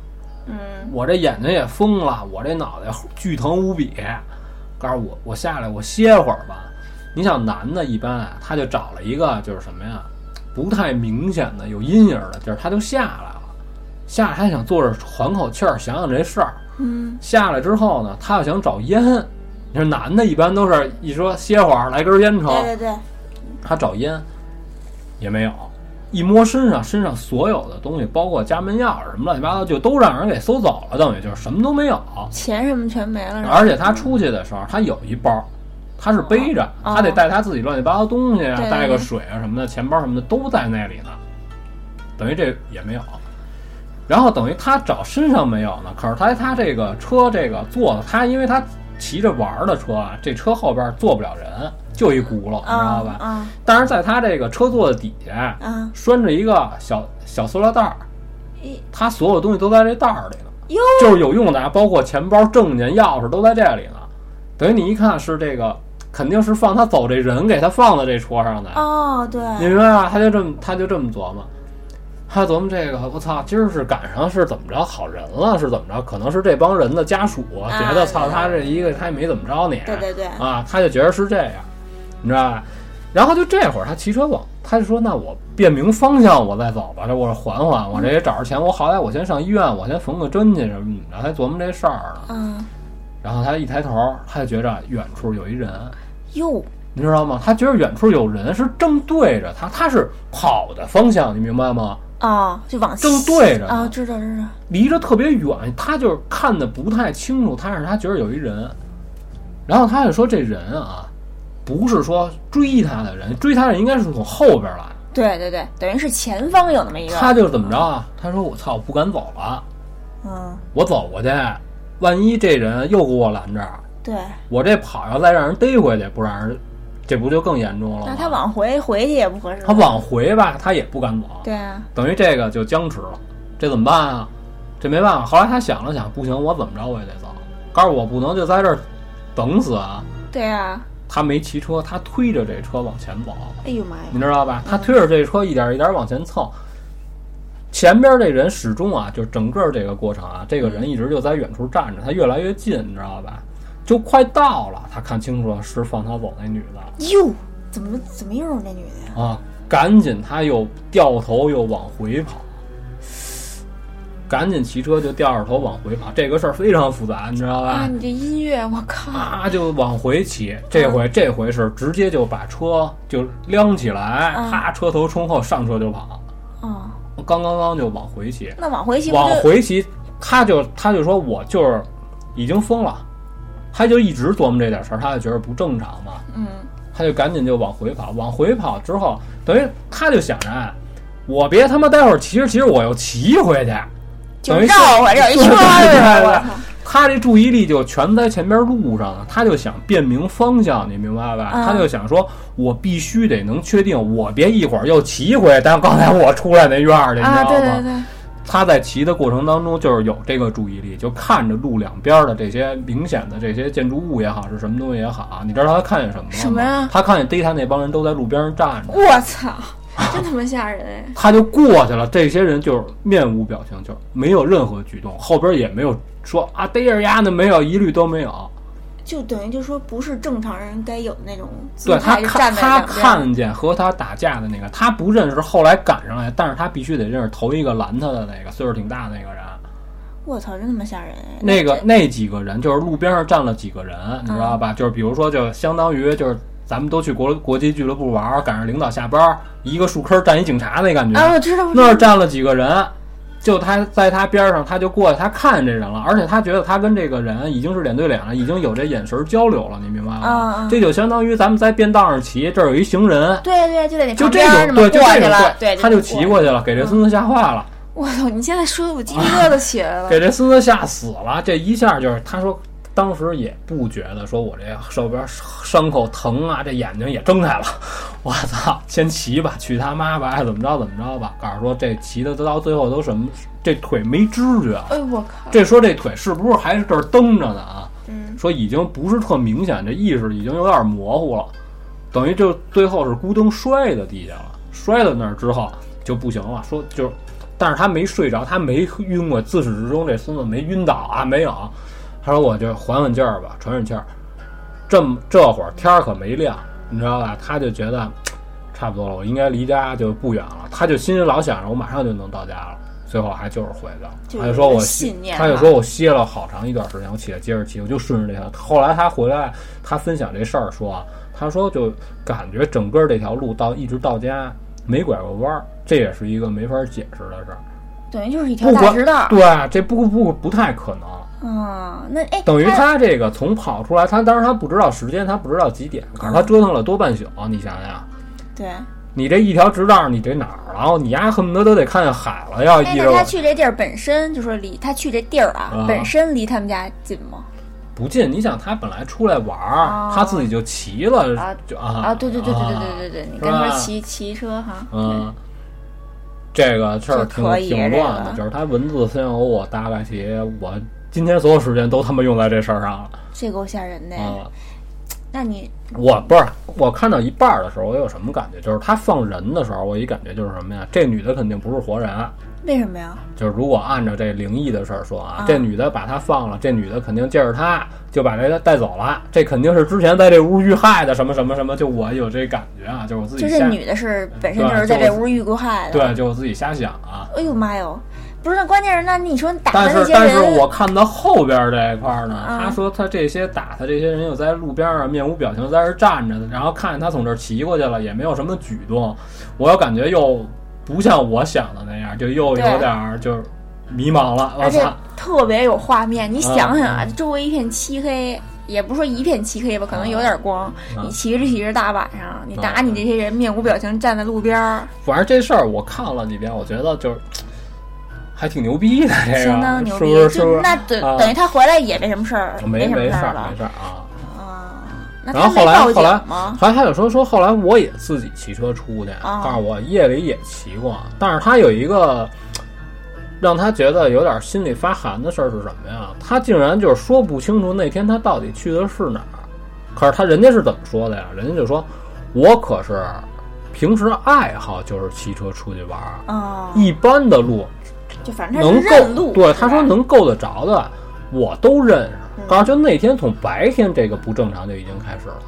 S3: 嗯，
S2: 我这眼睛也疯了，我这脑袋巨疼无比。告诉我，我下来，我歇会儿吧。你想男的，一般啊，他就找了一个就是什么呀，不太明显的有阴影的地儿，他就下来了。下来他想坐着缓口气儿，想想这事儿。
S3: 嗯，
S2: 下来之后呢，他又想找烟。你说男的，一般都是一说歇会儿来根烟抽，
S3: 对对对，
S2: 他找烟也没有。一摸身上，身上所有的东西，包括家门钥匙什么乱七八糟，就都让人给搜走了，等于就是什么都没有。
S3: 钱什么全没了。是吧
S2: 而且他出去的时候，他有一包，他是背着，
S3: 哦
S2: 他得带他自己乱七八糟东西啊，
S3: 对
S2: 带个水啊什么的，钱包什么的都在那里呢。等于这也没有。然后等于他找身上没有呢，可是他他这个车这个坐的，他因为他骑着玩儿的车啊，这车后边坐不了人，就一轱辘，你知道吧？
S3: 啊
S2: 但是在他这个车座的底下
S3: 啊啊！
S2: 拴着一个小小塑料袋儿，
S3: 一
S2: 他所有东西都在这袋儿里呢。
S3: 哟，
S2: 就是有用的啊，包括钱包、证件、钥匙都在这里呢。等于你一看是这个，肯定是放他走这人给他放在这车上的，
S3: 哦，对，
S2: 你明白吧？他就这么他就这么琢磨，他琢磨这个，我操，今儿是赶上是怎么着好人了，是怎么着？可能是这帮人的家属，
S3: 啊
S2: 别的操
S3: 对
S2: 他这一个他也没怎么着你，
S3: 对对对，
S2: 啊，他就觉得是这样，你知道吧？然后就这会儿他骑车往，他就说：“那我辨明方向，我再走吧。这我缓缓，我这也找着钱，我好歹我先上医院，我先缝个针去什么的。”他琢磨这事儿呢。
S3: 嗯，
S2: 然后他一抬头，他就觉着远处有一人，
S3: 哟，
S2: 你知道吗？他觉得远处有人是正对着他，他是跑的方向，你明白吗？
S3: 哦，就往
S2: 正
S3: 西
S2: 对着呢
S3: 啊，知道知道，
S2: 离着特别远，他就是看的不太清楚，但是他觉得有一人，然后他就说这人啊，不是说追他的人，追他的人应该是从后边来，
S3: 对对对，等于是前方有那么一个，
S2: 他就是怎么着啊？他说我操，我不敢走了，
S3: 嗯，
S2: 我走过去，万一这人又给我拦这儿，
S3: 对，
S2: 我这跑要再让人逮回去，不让人，这不就更严重了吗？
S3: 那他往回回去也不合适，
S2: 他往回吧，他也不敢走，
S3: 对啊，
S2: 等于这个就僵持了，这怎么办啊？这没办法。后来他想了想，不行，我怎么着我也得走，告诉我不能就在这儿等死啊！
S3: 对啊，
S2: 他没骑车，他推着这车往前走，
S3: 哎呦妈呀，
S2: 你知道吧？他推着这车一点一点往前蹭，前边这人始终啊，就是整个这个过程啊，这个人一直就在远处站着，他越来越近，你知道吧？就快到了，他看清楚了，是放他走那女的。
S3: 哟，怎么怎么又是那女的呀？
S2: 啊，赶紧他又掉头又往回跑，赶紧骑车就掉着头往回跑。这个事儿非常复杂，你知道
S3: 啊，
S2: 吧？
S3: 你这音乐，我靠，
S2: 啊，就往回骑，这
S3: 嗯
S2: 回这回是直接就把车就撩起来，
S3: 嗯
S2: 哈，车头冲后，上车就跑，
S3: 哦，
S2: 刚刚刚就往回骑，
S3: 那往回骑不
S2: 往
S3: 就
S2: 回骑，他就他就说我就是已经疯了，他就一直琢磨这点事儿，他就觉得不正常嘛，
S3: 嗯，
S2: 他就赶紧就往回跑，往回跑之后，等于他就想着，哎我别他妈待会儿骑着骑着我又骑回去，
S3: 就
S2: 等于是
S3: 绕回绕一圈儿，我操，
S2: 他这注意力就全在前边路上了，他就想辨明方向，你明白吧？
S3: 嗯
S2: 他就想说，我必须得能确定，我别一会儿又骑回但刚才我出来那院儿去，你知道
S3: 啊，
S2: 吗？
S3: 对对对，
S2: 他在骑的过程当中，就是有这个注意力，就看着路两边的这些明显的这些建筑物也好，是什么东西也好，啊你知道他看见什么了吗？
S3: 什么呀
S2: 他看见逮他那帮人都在路边上站着，
S3: 我操，真他妈吓人哎！
S2: 他就过去了。这些人就是面无表情，就是没有任何举动，后边也没有说啊逮着丫呢，没有，一律都没有。
S3: 就等于就说不是正常人该有的那种姿
S2: 对他
S3: 态，就站
S2: 看
S3: 在
S2: 他
S3: 两边儿，
S2: 看见和他打架的那个，他不认识，后来赶上来，但是他必须得认识头一个拦他的那个岁数挺大的那个人。
S3: 我操，真他妈吓人哎！
S2: 那个
S3: 这
S2: 那几个人就是路边上站了几个人，
S3: 嗯
S2: 你知道吧？就是比如说，就相当于就是咱们都去国国际俱乐部玩儿，赶上领导下班儿，一个树坑站一警察那感觉。
S3: 啊，我知道，我知
S2: 那
S3: 道
S2: 儿站了几个人，就他在他边上，他就过去，他看这人了，而且他觉得他跟这个人已经是脸对脸了，已经有这眼神交流了，你明白吗？
S3: 啊啊
S2: 这就相当于咱们在便道上骑，这儿有一行人，
S3: 对对，就在你
S2: 就
S3: 旁
S2: 这
S3: 边儿
S2: 种
S3: 么
S2: 对，
S3: 过
S2: 就这
S3: 去嗯
S2: 种
S3: 了，
S2: 对，
S3: 对，
S2: 他就骑过去了，给这孙子吓坏了。
S3: 我操！你现在说的我鸡皮疙瘩起来了。
S2: 啊给这孙子吓死了。这一下就是他说，当时也不觉得说我这手边伤口疼啊，这眼睛也睁开了。我操，先骑吧，去他妈吧，爱怎么着怎么着吧。告诉说这骑的到最后都什么，这腿没知觉了。
S3: 哎，我靠！
S2: 这说这腿是不是还是这儿蹬着呢啊？
S3: 嗯，
S2: 说已经不是特明显，这意识已经有点模糊了，等于就最后是咕噔摔在地下了，摔到那儿之后就不行了，说就，但是他没睡着，他没晕过，自始至终这孙子没晕倒啊，没有，他说我就缓缓劲儿吧，喘喘气儿，这么这会儿天儿可没亮，你知道吧？他就觉得差不多了，我应该离家就不远了，他就心里老想着我马上就能到家了。最后还就是回去了，
S3: 就
S2: 他
S3: 有
S2: 就说
S3: 一个
S2: 我
S3: 信
S2: 歇
S3: 念
S2: 他就
S3: 哈
S2: 说我歇了好长一段时间，我起来接着骑，我就顺着这条。后来他回来，他分享这事儿说，啊，他说就感觉整个这条路到一直到家没拐过弯儿，这也是一个没法解释的事儿。
S3: 等于就是一条
S2: 不
S3: 大
S2: 管
S3: 直道。
S2: 对，这不不不太可能。
S3: 嗯，那哎，
S2: 等于他这个从跑出来，他当时他不知道时间，他不知道几点，可是他折腾了多半宿，你想想。
S3: 对，
S2: 你这一条直道，你这哪儿了？然后你丫恨不得都得看见海了，要
S3: 哎，
S2: 一
S3: 那
S2: 着
S3: 他
S2: 我
S3: 去这地儿本身就说离他去这地儿啊，
S2: 啊
S3: 本身离他们家近吗？
S2: 不近。你想，他本来出来玩儿，
S3: 啊
S2: 他自己就骑了，
S3: 啊
S2: 就啊
S3: 啊，对对对对对
S2: 啊
S3: 对对对，你
S2: 是
S3: 跟他
S2: 吧
S3: 骑骑车哈，
S2: 嗯，这个事儿挺
S3: 这可以
S2: 挺乱的，
S3: 这个
S2: 就是他文字先有我大概其我今天所有时间都他妈用在这事儿上了
S3: 这够吓人的。
S2: 啊、
S3: 那你
S2: 我不是我看到一半儿的时候，我有什么感觉？就是他放人的时候，我一感觉就是什么呀？这女的肯定不是活人。啊
S3: 为什么呀？
S2: 就是如果按照这灵异的事儿说啊
S3: 啊，
S2: 这女的把他放了，这女的肯定借着他就把这个带走了，这肯定是之前在这屋遇害的什么什么什么，就我有这感觉啊，就是我自己
S3: 就
S2: 瞎
S3: 这女的是本身
S2: 对
S3: 就是在
S2: 就是
S3: 这屋遇过害的。
S2: 对，就我自己瞎想啊。
S3: 哎呦妈哟，不是，那关键是那你说你打
S2: 但
S3: 的那
S2: 是
S3: 些
S2: 但是
S3: 人
S2: 我看到后边这一块儿呢，
S3: 嗯
S2: 他说他这些打他这些人又在路边上面无表情地在这站着的，然后看见他从这儿骑过去了，也没有什么举动，我又感觉又不像我想的那样，就又有
S3: 对
S2: 点儿就是迷茫了。我
S3: 而且
S2: 操！
S3: 特别有画面，你
S2: 啊
S3: 想想啊，
S2: 嗯
S3: 周围一片漆黑，也不是说一片漆黑吧，可能有点光。
S2: 啊
S3: 你骑着骑着大晚上，你打
S2: 啊
S3: 你这些人面无表情站在路边儿，
S2: 反正这事儿我看了几遍，我觉得就是还挺牛逼的，这个
S3: 相当牛逼。
S2: 哎是不是？是不？
S3: 就是那等、
S2: 啊
S3: 等于他回来也没什么事儿，
S2: 没
S3: 什么
S2: 没事
S3: 儿
S2: 儿，
S3: 吧
S2: 没？事儿啊。
S3: 啊，那
S2: 然
S3: 他
S2: 后后
S3: 没
S2: 来
S3: 报
S2: 后来
S3: 警吗？
S2: 后来还有说说后来我也自己骑车出去，
S3: 啊
S2: 告诉我夜里也骑过，但是他有一个让他觉得有点心里发寒的事儿是什么呀？他竟然就是说不清楚那天他到底去的是哪儿。可是他人家是怎么说的呀？人家就说，我可是平时爱好就是骑车出去玩儿，
S3: 啊，
S2: 一般的路
S3: 就反正
S2: 嗯
S3: 他
S2: 能
S3: 是认路，
S2: 够对
S3: 是
S2: 他说
S3: 吧
S2: 能够得着的，我都认识
S3: 嗯。
S2: 告诉就那天从白天这个不正常就已经开始了，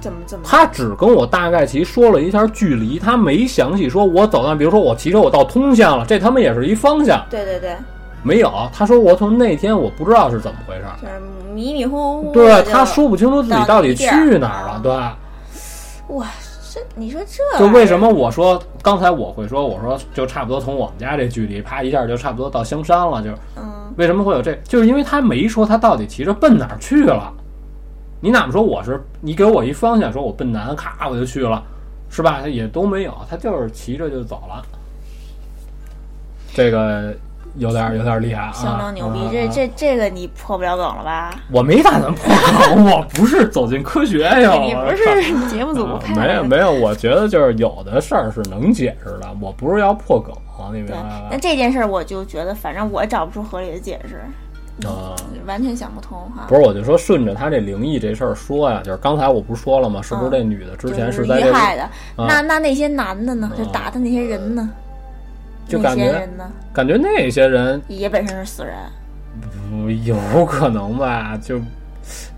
S3: 怎么怎么
S2: 他只跟我大概其说了一下距离，他没详细说我走到，比如说我骑车我到通县了，这他妈也是一方向，
S3: 对对对，
S2: 没有。他说我从那天我不知道是怎么回事儿，
S3: 就是迷迷糊糊
S2: 对
S3: 的就。
S2: 他说不清楚自己到底去哪儿了，对。
S3: 哇，这你说这
S2: 就为什
S3: 么
S2: 么我说刚才我会说，我说就差不多从我们家这距离，啪一下就差不多到香山了，就是。
S3: 嗯
S2: 为什么会有这？就是因为他没说他到底骑着奔哪儿去了。你哪怕说我是你给我一方向，说我奔南，咔我就去了，是吧？他也都没有，他就是骑着就走了。这个有点儿有点儿厉害啊，
S3: 相当牛逼，
S2: 啊
S3: 这
S2: 啊
S3: 这这个你破不了梗了吧？
S2: 我没打算破梗，我不是走进科学呀，
S3: 你
S2: 我
S3: 不是 节目组
S2: 啊
S3: 看
S2: 没有
S3: 的
S2: 没有，我觉得就是有的事儿是能解释的，我不是要破梗，你明
S3: 对
S2: 白吧，
S3: 那？这件事儿我就觉得，反正我找不出合理的解释，
S2: 啊、
S3: 完全想不通哈
S2: 不。是，我就说顺着他这灵异这事儿说呀，就是刚才我不是说了吗？是不是
S3: 嗯
S2: 这女的之前
S3: 就是
S2: 是在这啊
S3: 遇害
S2: 里，
S3: 的，那那那些男的呢？就
S2: 嗯
S3: 打他那些人呢？
S2: 就
S3: 那
S2: 感
S3: 些
S2: 觉
S3: 人呢？
S2: 感觉那些人
S3: 也本身是死人，
S2: 不有可能吧？就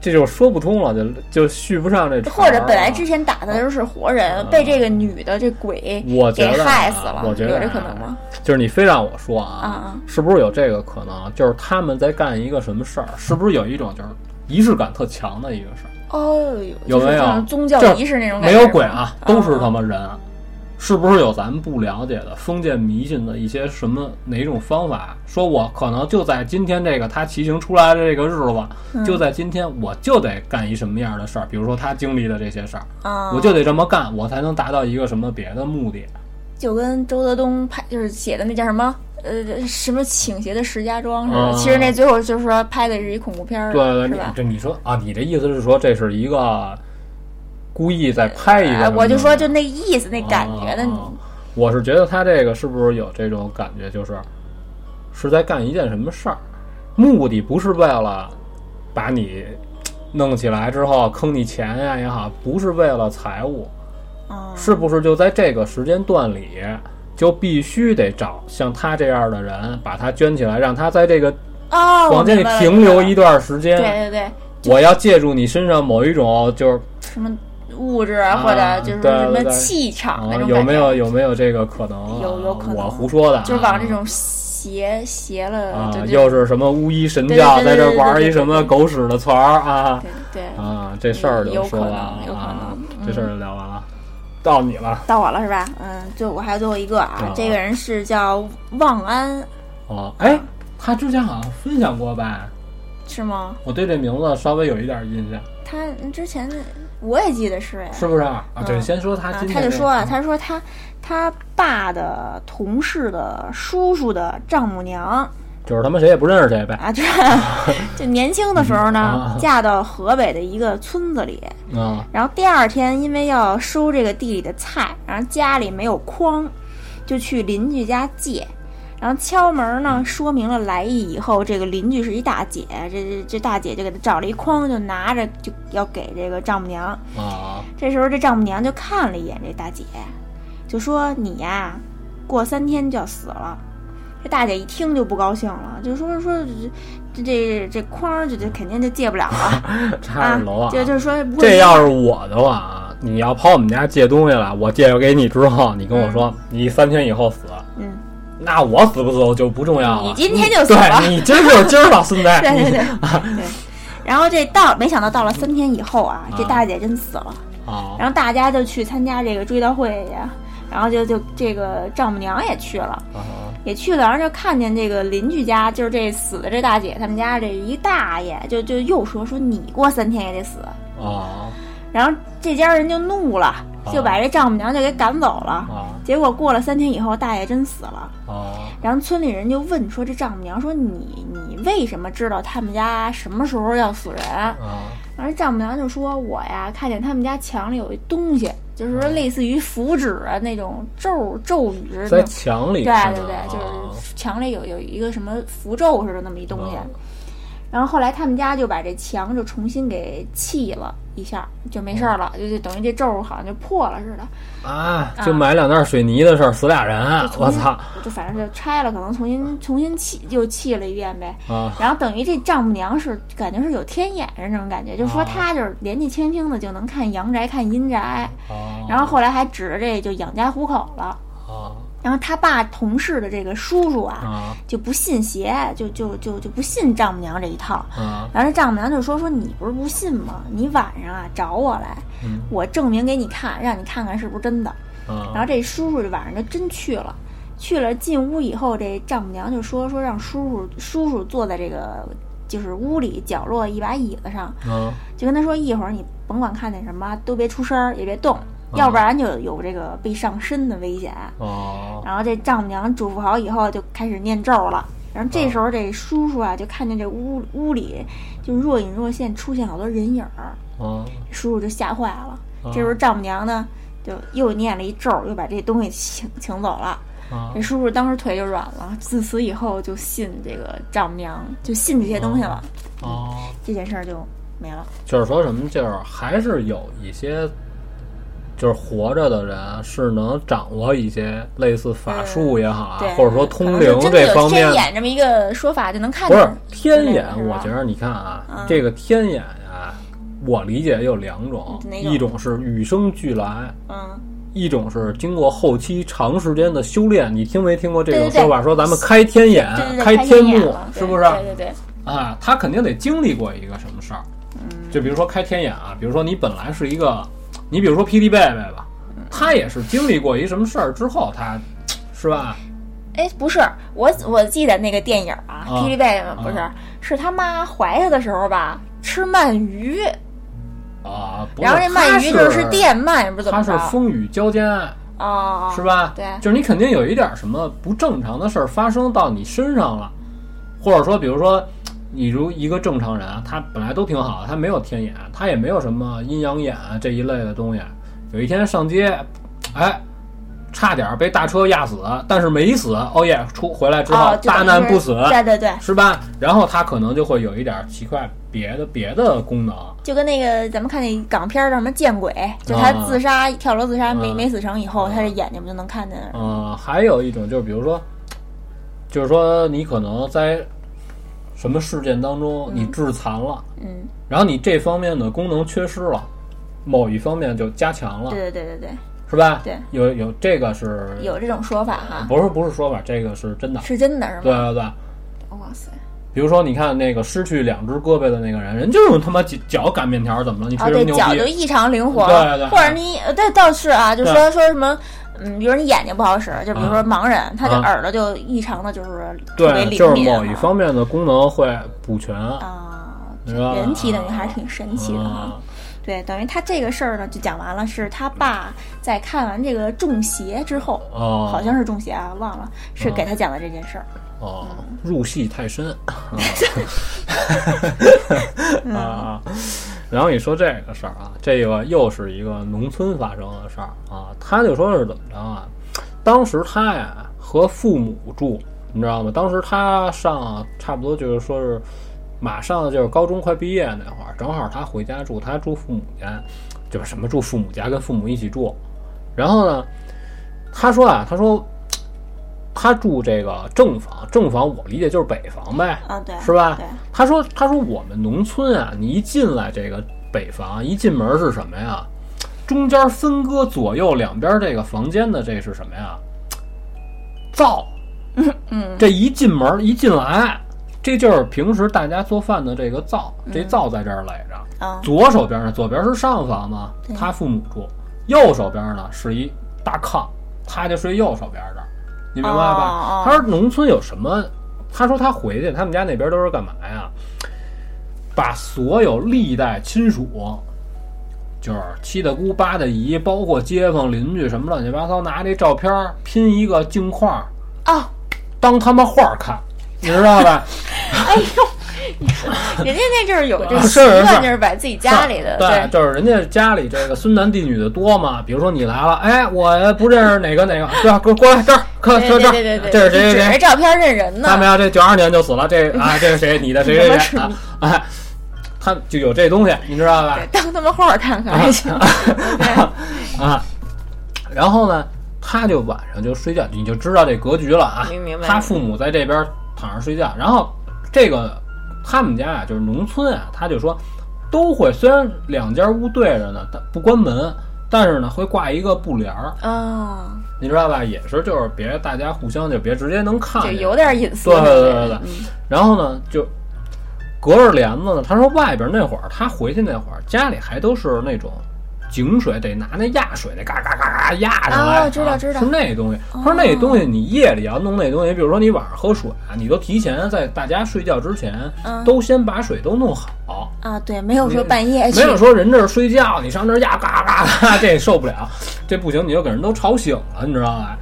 S2: 这就说不通了，就就续不上这茬儿啊
S3: 或
S2: 了。
S3: 者本来之前打他的时候是活人，
S2: 哦嗯
S3: 被这个女的这鬼
S2: 我觉
S3: 给
S2: 得啊
S3: 害死了，
S2: 我觉得
S3: 有
S2: 啊
S3: 这可能吗？
S2: 就是你非让我说
S3: 啊
S2: 啊，
S3: 啊！
S2: 是不是有这个可能？就是他们在干一个什么事儿？是不是有一种就是仪式感特强的一个事儿？
S3: 哦呦，
S2: 有
S3: 就是
S2: 没有
S3: 像宗教
S2: 这
S3: 仪式那种感
S2: 没
S3: 觉？
S2: 有鬼啊，都是他妈
S3: 们。
S2: 人。啊是不是有咱们不了解的封建迷信的一些什么哪种方法？说我可能就在今天这个他骑行出来的这个日子，
S3: 嗯
S2: 就在今天我就得干一什么样的事儿？比如说他经历的这些事儿，
S3: 啊，
S2: 我就得这么干，我才能达到一个什么别的目的？
S3: 就跟周德东拍就是写的那叫什么呃什么倾斜的石家庄似的，
S2: 啊
S3: 其实那最后就是说拍的是一恐怖片儿，
S2: 对对，
S3: 嗯是
S2: 你
S3: 吧？
S2: 这你说啊，你这意思是说这是一个故意在拍一个
S3: 哎，
S2: 什么东西？
S3: 我就说就那意思那感觉的，
S2: 啊
S3: 你
S2: 啊我是觉得他这个是不是有这种感觉，就是是在干一件什么事儿，目的不是为了把你弄起来之后坑你钱呀、也好，不是为了财物，
S3: 嗯，
S2: 是不是就在这个时间段里，就必须得找像他这样的人，把他圈起来，让他在这个
S3: 哦，我
S2: 房间里
S3: 明白了
S2: 停留一，段时
S3: 明
S2: 间。
S3: 白了对对对，
S2: 我要借助你身上某一种就是
S3: 什么物质啊，或者就是
S2: 嗯对
S3: 什
S2: 对
S3: 么
S2: 对
S3: 气
S2: 啊
S3: 场那种感觉，
S2: 有没有有没有这个可能啊？
S3: 有有可能
S2: 我胡说的啊，
S3: 就是往这种邪邪了，
S2: 啊
S3: 就，
S2: 又
S3: 就是
S2: 什么巫医神
S3: 对
S2: 教，
S3: 对
S2: 在
S3: 对
S2: 这
S3: 对对
S2: 玩
S3: 对
S2: 一
S3: 对
S2: 什么狗屎的词儿啊
S3: 对对，
S2: 啊，这事儿就
S3: 有
S2: 说
S3: 可
S2: 完
S3: 能
S2: 了
S3: 有可
S2: 啊
S3: 能，嗯
S2: 这事儿就聊完了，到你了
S3: 到我了是吧？嗯，就我还有最后一个啊
S2: 啊，
S3: 这个人是叫望安
S2: 啊！哎，他之前好像分享过吧？
S3: 是吗？
S2: 我对这名字稍微有一点印象，
S3: 他之前我也记得是哎，
S2: 是不是啊？
S3: 嗯
S2: 对，先说他
S3: 啊，
S2: 今天
S3: 他就
S2: 这
S3: 说
S2: 个
S3: 啊，他说他他爸的同事的叔叔的丈母娘
S2: 就是他妈谁也不认识谁呗
S3: 啊，就是就年轻的时候
S2: 嗯
S3: 呢
S2: 啊，
S3: 嫁到河北的一个村子里，
S2: 啊
S3: 然后第二天因为要收这个地里的菜，然后家里没有筐，就去邻居家借。然后敲门
S2: 嗯
S3: 呢，说明了来意以后，这个邻居是一大姐，这这这大姐就给他找了一筐，就拿着就要给这个丈母娘。
S2: 啊！
S3: 这时候这丈母娘就看了一眼这大姐，就说：“你呀，过三天就要死了。”这大姐一听就不高兴了，就说说这这这筐儿就就肯定就借不 了了
S2: 差
S3: 啊
S2: 点楼啊！，
S3: 就就说不过
S2: 这
S3: 你
S2: 要是我的话啊，你要跑我们家借东西来，我借给你之后，你跟我说你三天以后死，
S3: 嗯。
S2: 那我死不死就不重要了。
S3: 你今天就死了
S2: 对你今儿就是今儿了，孙子。
S3: 对对对对。然后这到没想到到了三天以后啊，这
S2: 啊
S3: 大姐真死了。
S2: 啊
S3: 然后大家就去参加这个追悼会呀，然后就就这个丈母娘也去了，
S2: 啊
S3: 也去了，然后就看见这个邻居家，就是这死的这大姐他们家这一大爷，就就又说说你过三天也得死。
S2: 啊
S3: 然后这家人就怒了，就把这丈母娘就给赶走了。
S2: 啊
S3: 结果过了三天以后，大爷真死了。
S2: 啊！
S3: 然后村里人就问说：“这丈母娘说你你为什么知道他们家什么时候要死人？”
S2: 啊
S3: 然后丈母娘就说：“我呀，看见他们家墙里有一东西，就是说类似于符纸啊那种咒咒语似
S2: 在
S3: 的。”
S2: 墙里
S3: 对
S2: 是吗
S3: 对对，就是墙里有有一个什么符咒似的那么一东西
S2: 啊。
S3: 然后后来他们家就把这墙就重新给砌了一下，就没事儿了，就就等于这咒好像就破了似的。
S2: 啊，就买两袋水泥的事儿，死俩人，啊我
S3: 重 新
S2: 操
S3: 就反正就拆了，可能重新重新砌又砌了一遍呗。
S2: 啊！
S3: 然后等于这丈母娘是感觉是有天眼的那种感觉，就说
S2: 哦
S3: 她就是年纪轻轻的就能看阳宅看阴宅，
S2: 啊
S3: 然后后来还指着这就养家糊口了。
S2: 啊
S3: 然后他爸同事的这个叔叔啊，
S2: 啊
S3: 就不信邪，就就就就不信丈母娘这一套。
S2: 啊！
S3: 然后这丈母娘就说说你不是不信吗？你晚上啊找我来，
S2: 嗯
S3: 我证明给你看，让你看看是不是真的。然
S2: 啊
S3: 后这叔叔就晚上就真去了，去了进屋以后，这丈母娘就说说让叔叔叔叔坐在这个就是屋里角落一把椅子上，
S2: 啊！
S3: 就跟他说一会儿你甭管看见什么都别出声儿，也别动，要不然就有这个被上身的危险。
S2: 哦，
S3: 然后这丈母娘嘱咐好以后，就开始念咒了。然后这时候这叔叔啊，就看见这屋屋里就若隐若现出现好多人影儿，
S2: 啊
S3: 叔叔就吓坏了。
S2: 啊
S3: 这时候丈母娘呢，就又念了一咒，又把这东西请请走了。
S2: 啊
S3: 这叔叔当时腿就软了，自此以后就信这个丈母娘，就信这些东西了。
S2: 啊！
S3: 这件事儿就没了。
S2: 就是说什么，就是还是有一些，就是活着的人是能掌握一些类似法术也好啊，
S3: 对，
S2: 或者说
S3: 可
S2: 通
S3: 能是
S2: 灵
S3: 真的
S2: 这
S3: 有
S2: 方面
S3: 天，眼这么一个说法就能看
S2: 不
S3: 见
S2: 是天眼
S3: 之类的。是吧
S2: 我觉得你看啊，
S3: 嗯
S2: 这个天眼啊，我理解有两种，
S3: 哪种
S2: 一种是与生俱来。
S3: 嗯，
S2: 一种是经过后期长时间的修炼，你听没听过这种
S3: 对对对
S2: 说法？说咱们呃开天眼、
S3: 对对对，
S2: 天
S3: 眼
S2: 幕
S3: 了，
S2: 是
S3: 对
S2: 不是？
S3: 对对对。
S2: 啊，他肯定得经历过一个什么事儿，
S3: 嗯
S2: 就比如说开天眼啊，比如说你本来是一个，你比如说霹雳贝贝吧，
S3: 嗯
S2: 他也是经历过一什么事儿之后，他是吧？
S3: 哎，不是，我我记得那个电影啊，
S2: 啊
S3: 《霹雳贝贝》嘛，不是，是他妈怀他的时候吧，吃鳗鱼，
S2: 啊，不
S3: 然后这鳗鱼就是
S2: 他
S3: 电鳗，也不是怎
S2: 他
S3: 么着
S2: 是风雨交加，
S3: 啊，
S2: 是吧？
S3: 对
S2: 就是你肯定有一点什么不正常的事儿发生到你身上了，或者说，比如说，你如一个正常人，他本来都挺好的，他没有天眼，他也没有什么阴阳眼这一类的东西，有一天上街，哎，差点被大车压死，但是没死。哦耶，出回来之后、
S3: 哦，就
S2: 大
S3: 等于
S2: 难
S3: 是
S2: 不死，
S3: 对对对，
S2: 是吧？然后他可能就会有一点奇怪别的别的功能，
S3: 就跟那个咱们看那港片儿叫什么《见鬼》，就他
S2: 啊
S3: 自杀、跳楼自杀没、
S2: 嗯
S3: 没死成以后，他的眼睛不就能看见？
S2: 呃，还有一种就是，比如说，就是说你可能在什么事件当中你致残了，
S3: 嗯，
S2: 然后你这方面的功能缺失了，某一方面就加强了，
S3: 对对对对对，
S2: 是吧？
S3: 对，
S2: 有有这个是，
S3: 有这种说法哈，
S2: 不是不是说法，这个是真的。
S3: 是真的是
S2: 对
S3: 吗？
S2: 对对，
S3: 哇塞！
S2: 比如说你看那个失去两只胳膊的那个人，人就用他妈脚脚擀面条，怎么了？你
S3: 啊，
S2: 吹什么
S3: 对，
S2: 牛逼？
S3: 脚就异常灵活，
S2: 对对对
S3: 或者你呃对倒是啊，就说说什么。嗯，比如你眼睛不好使，就比如说盲人，他的
S2: 啊
S3: 耳朵就异常的，就是特
S2: 对，
S3: 别灵
S2: 就是
S3: 敏
S2: 某一
S3: 哈
S2: 方面的功能会补全，
S3: 啊，
S2: 你知道吧？
S3: 人体等于还是挺神奇的哈。
S2: 啊
S3: 对，等于他这个事儿呢，就讲完了，是他爸在看完这个中邪之后，
S2: 哦，
S3: 好像是中邪啊，忘了，是
S2: 嗯
S3: 给他讲的这件事儿。
S2: 哦，入戏太深啊啊！然后你说这个事儿啊，这个又是一个农村发生的事儿啊。他就说是怎么着啊？当时他呀和父母住，你知道吗？当时他上差不多就是说是马上就是高中快毕业那会儿，正好他回家住，他住父母家，就是什么住父母家，跟父母一起住。然后呢，他说啊，他说他住这个正房，正房我理解就是北房呗，
S3: 啊，对，
S2: 是吧
S3: 对，？
S2: 他说他说我们农村啊，你一进来这个北房，一进门是什么呀？中间分割左右两边这个房间的这是什么呀？灶。
S3: 嗯，
S2: 这一进门一进来，这就是平时大家做饭的这个灶，
S3: 嗯
S2: 这灶在这儿垒着。
S3: 啊，
S2: 左手边呢，左边是上房嘛
S3: 对，
S2: 他父母住；右手边呢是一大炕，他就睡右手边这儿，你明白吧
S3: 哦哦？哦
S2: 他说农村有什么？他说他回去，他们家那边都是干嘛呀？把所有历代亲属，就是七大姑八大姨，包括街坊邻居什么乱七八糟，拿这照片儿拼一个镜框儿，
S3: 哦，
S2: 当他妈画儿看，你知道吧？
S3: 哎呦，人家那阵儿有这个
S2: 啊
S3: 习
S2: 是是
S3: 惯，
S2: 是
S3: 就是把自己家里的
S2: 对，就是人家家里这个孙男弟女的多嘛。比如说你来了，哎，我不认识哪个哪个，对吧？给我过来这儿，看
S3: 对
S2: 这
S3: 对
S2: 这
S3: 对对
S2: 儿
S3: 对，
S2: 这是谁
S3: 指
S2: 谁
S3: 着
S2: 谁？
S3: 照片认人呢
S2: 看，到没有？这九二年就死了，这啊，这是谁？你的 谁谁谁啊？哎，他就有这东西，你知道吧
S3: 对？当他们画儿看看 还行。
S2: 啊，然后呢，他就晚上就睡觉，你就知道这格局了啊。
S3: 明明白
S2: 他父母在这边躺着睡觉，然后这个他们家啊，就是农村啊，他就说都会，虽然两间屋对着呢，但不关门，但是呢会挂一个布帘儿，
S3: 哦，
S2: 你知道吧？也是就是别大家互相就别直接能看
S3: 就
S2: 见，
S3: 有点隐私。
S2: 对对对对对
S3: 嗯
S2: 然后呢，就隔着帘子呢，他说外边那会儿，他回去那会儿，家里还都是那种井水，得拿那压水，得嘎嘎嘎嘎压上来。
S3: 哦知道
S2: 啊
S3: 知道
S2: 是那东西。他说那东西你夜里要弄那东西，比如说你晚上喝水啊，你都提前在大家睡觉之前，
S3: 嗯
S2: 都先把水都弄好。
S3: 啊，对，没有说半夜去
S2: 没有说人这儿睡觉，你上这儿压嘎嘎嘎，这受不了，这不行，你就给人都吵醒了，你知道吧？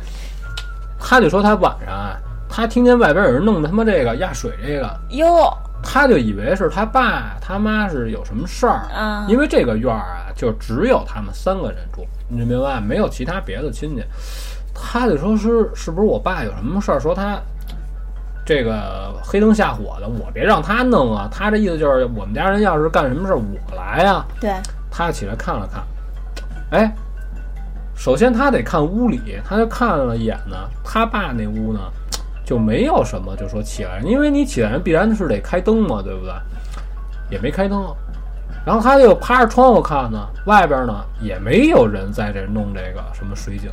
S2: 他就说他晚上啊，他听见外边有人弄他妈这个压水这个，
S3: 哟
S2: 他就以为是他爸他妈是有什么事儿，
S3: 啊，
S2: 因为这个院儿啊，就只有他们三个人住，你明白？没有其他别的亲戚。他就说是是不是我爸有什么事儿，说他这个黑灯瞎火的，我别让他弄啊。他这意思就是我们家人要是干什么事儿，我来啊。
S3: 对，
S2: 他起来看了看，哎，首先他得看屋里，他就看了一眼呢，他爸那屋呢就没有什么，就说起来，因为你起来必然是得开灯嘛，对不对？也没开灯，然后他就趴着窗户看呢，外边呢也没有人在这弄这个什么水井，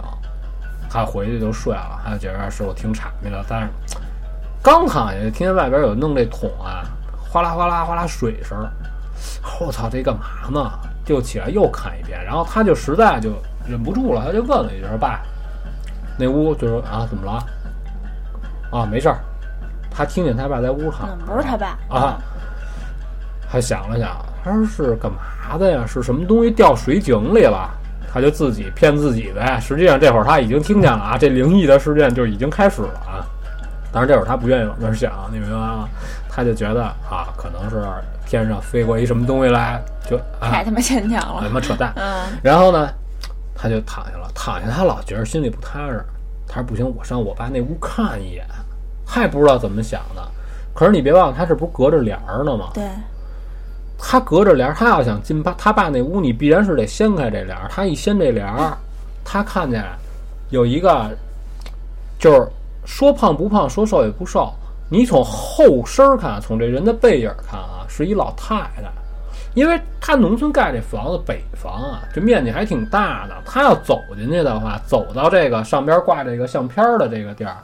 S2: 他回去就睡了，他就觉得是我听岔劈了，但是刚躺下，听见外边有弄这桶啊，哗啦哗啦哗啦水声儿。我操，这干嘛呢？就起来又看一遍，然后他就实在就忍不住了，他就问了一句：“爸，那屋就是啊，怎么了？啊，没事儿。”他听见他爸在屋躺着，
S3: 那嗯不是他爸，
S2: 啊，他想了想，他说是干嘛的呀？是什么东西掉水井里了？他就自己骗自己呗。实际上这会儿他已经听见了啊，这灵异的事件就已经开始了啊。当然这会儿他不愿意往那儿想，你明白吗？他就觉得啊，可能是天上飞过一什么东西来，就啊，
S3: 太他妈牵强
S2: 啊
S3: 了
S2: 他。妈扯淡。
S3: 嗯
S2: 然后呢，他就躺下了，躺下他老觉得心里不踏实，他说不行，我上我爸那屋看一眼，他也不知道怎么想的。可是你别忘了，他这不是隔着帘儿呢吗？
S3: 对，
S2: 他隔着帘儿，他要想进他他爸那屋，你必然是得掀开这帘儿。他一掀这帘儿，他看见有一个，就是说胖不胖，说瘦也不瘦。你从后身儿看，从这人的背影儿看啊，是一老太太。因为他农村盖这房子，北房啊，这面积还挺大的。他要走进去的话，走到这个上边挂这个相片儿的这个地儿，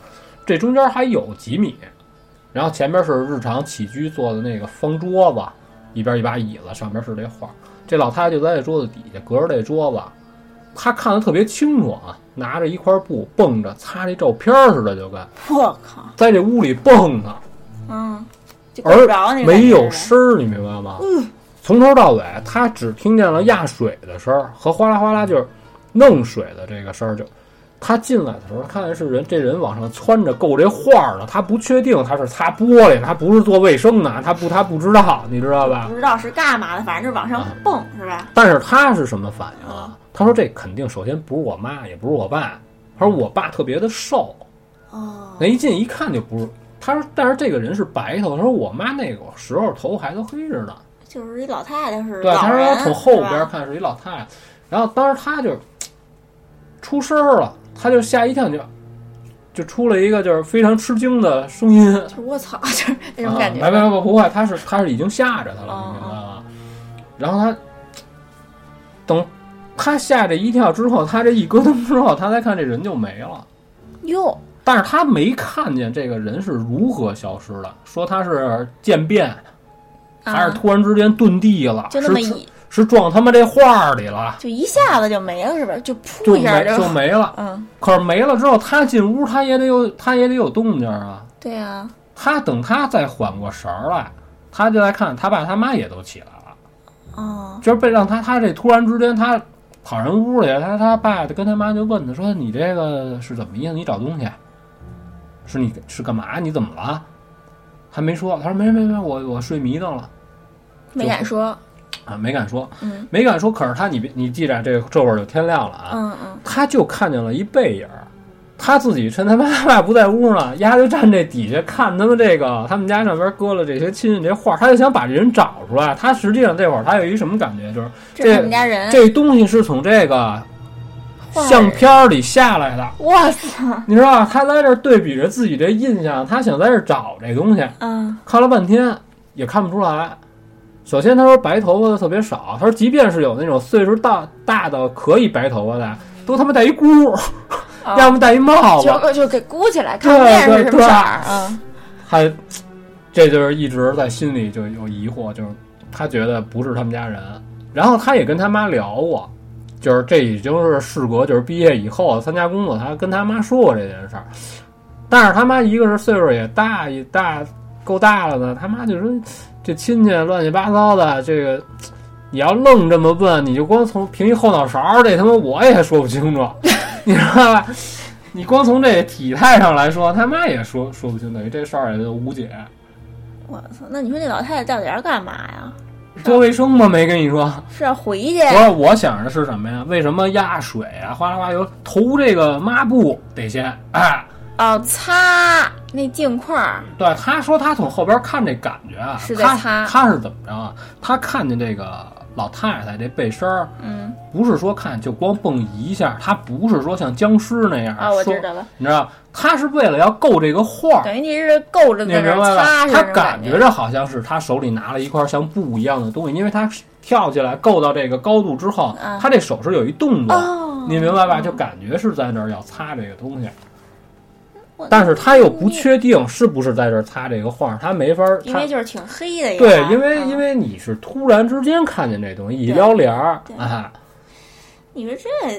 S2: 这中间还有几米，然后前边是日常起居做的那个方桌子，一边一把椅子，上边是这画。这老太太就在这桌子底下，隔着这桌子，她看得特别清楚啊，拿着一块布蹦着擦这照片儿似的，就跟
S3: 我靠，
S2: 在这屋里蹦啊呢，
S3: 嗯，就够
S2: 而
S3: 不着那种
S2: 没有
S3: 感觉嗯
S2: 声儿，你明白吗？从头到尾，她只听见了压水的声儿和哗啦哗啦就是弄水的这个声儿。就她进来的时候，看见是人，这人往上窜着够这画儿呢，她不确定他是擦玻璃，他不是做卫生呢，她不她不知道，你知道吧？
S3: 不知道是干嘛的，反正就是往上
S2: 啊
S3: 蹦，是吧？
S2: 但是他是什么反应啊？他说这肯定首先不是我妈，也不是我爸。他说我爸特别的瘦，
S3: 哦，
S2: 那一进一看就不是。他说，但是这个人是白头。他说我妈那个时候头还都黑着呢。
S3: 就是一老太太是
S2: 对，
S3: 老
S2: 他说
S3: 人，
S2: 从后
S3: 是
S2: 边
S3: 吧
S2: 看是一老太太，然后当时他就出声儿了，他就吓一跳，就就出了一个就是非常吃惊的声音，
S3: 就是我操，就是那种感觉。
S2: 啊、没没没不会，他是他是已经吓着他了，
S3: 哦
S2: 你明白吗？然后他等他吓这一跳之后，他这一咯噔之后，他再看这人就没了。
S3: 哟，
S2: 但是他没看见这个人是如何消失的，说他是渐变，还是
S3: 啊
S2: 突然之间遁地了，
S3: 就那么
S2: 是
S3: 一
S2: 是撞他妈这画儿里了，
S3: 就一下子就没了，是吧？就
S2: 就
S3: 噗一下
S2: 没就没 了。
S3: 嗯，
S2: 可是没了之后，他进屋，他也得有，他也得有动静啊。
S3: 对啊，
S2: 他等他再缓过神儿来，他就来看他爸他妈也都起来了，
S3: 哦，
S2: 就是被让他他这突然之间他跑人屋里，他他爸跟他妈就问他说：“你这个是怎么意思？你找东西？是你是干嘛？你怎么了？”还没说，他说：“没没没，我我睡迷瞪了
S3: 没敢说，
S2: 啊，没敢说，
S3: 嗯
S2: 没敢说。”可是他你别你记着，这这会儿就天亮了啊。
S3: 嗯嗯，
S2: 他就看见了一背影儿，他自己趁他妈妈不在屋呢，丫就站这底下看他们这个他们家上边搁了这些亲戚这画儿，他就想把这人找出来。他实际上这会儿他有一什么感觉，就是
S3: 这是我们家人，
S2: 这东西是从这个
S3: 嗯画儿
S2: 相片儿里下来的，
S3: 我操，
S2: 你知道吧？他在这儿对比着自己这印象，他想在这儿找这东西，
S3: 嗯，
S2: 看了半天也看不出来。首先，他说白头发的特别少，他说即便是有那种岁数大大的可以白头发的，都他妈戴一箍儿。
S3: 啊
S2: 要么戴一帽子，
S3: 就就给鼓起来，
S2: 对
S3: 看不见是
S2: 对
S3: 什么
S2: 对
S3: 色儿，嗯，
S2: 他这就是一直在心里就有疑惑，就是他觉得不是他们家人。然后他也跟他妈聊过，就是这已经是事隔，就是毕业以后参加工作，他跟他妈说过这件事儿。但是他妈一个是岁数也大也大够大了呢，他妈就说这亲戚乱七八糟的，这个你要愣这么问，你就光从凭一后脑勺儿，这他妈我也说不清楚， 你知道吧？你光从这体态上来说，他妈也说说不清，等于这事儿也就无解。
S3: 我操，那你说那老太太到底要干嘛呀？
S2: 做卫生吗？没跟你说。
S3: 是要回去？
S2: 不是，我想着是什么呀？为什么压水啊，哗啦哗啦有投这个抹布得先哎。
S3: 哦，擦那镜块儿，
S2: 对，他说他从后边看这感觉啊，
S3: 是在
S2: 他
S3: 擦
S2: 他是怎么着啊？他看见这个老太太这背身儿，
S3: 嗯，
S2: 不是说看就光蹦一下，他不是说像僵尸那样
S3: 啊，我
S2: 说
S3: 知道了，
S2: 你知道，他是为了要够这个画儿，
S3: 等于你是够着
S2: 你
S3: 在
S2: 明
S3: 那
S2: 白
S3: 儿
S2: 吧
S3: 擦？是
S2: 他
S3: 那种
S2: 感
S3: 觉
S2: 觉着好像是他手里拿了一块像布一样的东西，因为他跳起来够到这个高度之后
S3: 啊，
S2: 他这手是有一动作，
S3: 哦，
S2: 你明白吧？就感觉是在那儿要擦这个东西，
S3: 嗯我
S2: 但是他又不确定是不是在这儿擦这个画儿，他没法儿，
S3: 因
S2: 他
S3: 为就是挺黑的呀，
S2: 对，因为
S3: 嗯
S2: 因为你是突然之间看见这东西，一
S3: 对
S2: 撩帘儿
S3: 对
S2: 啊，
S3: 你说这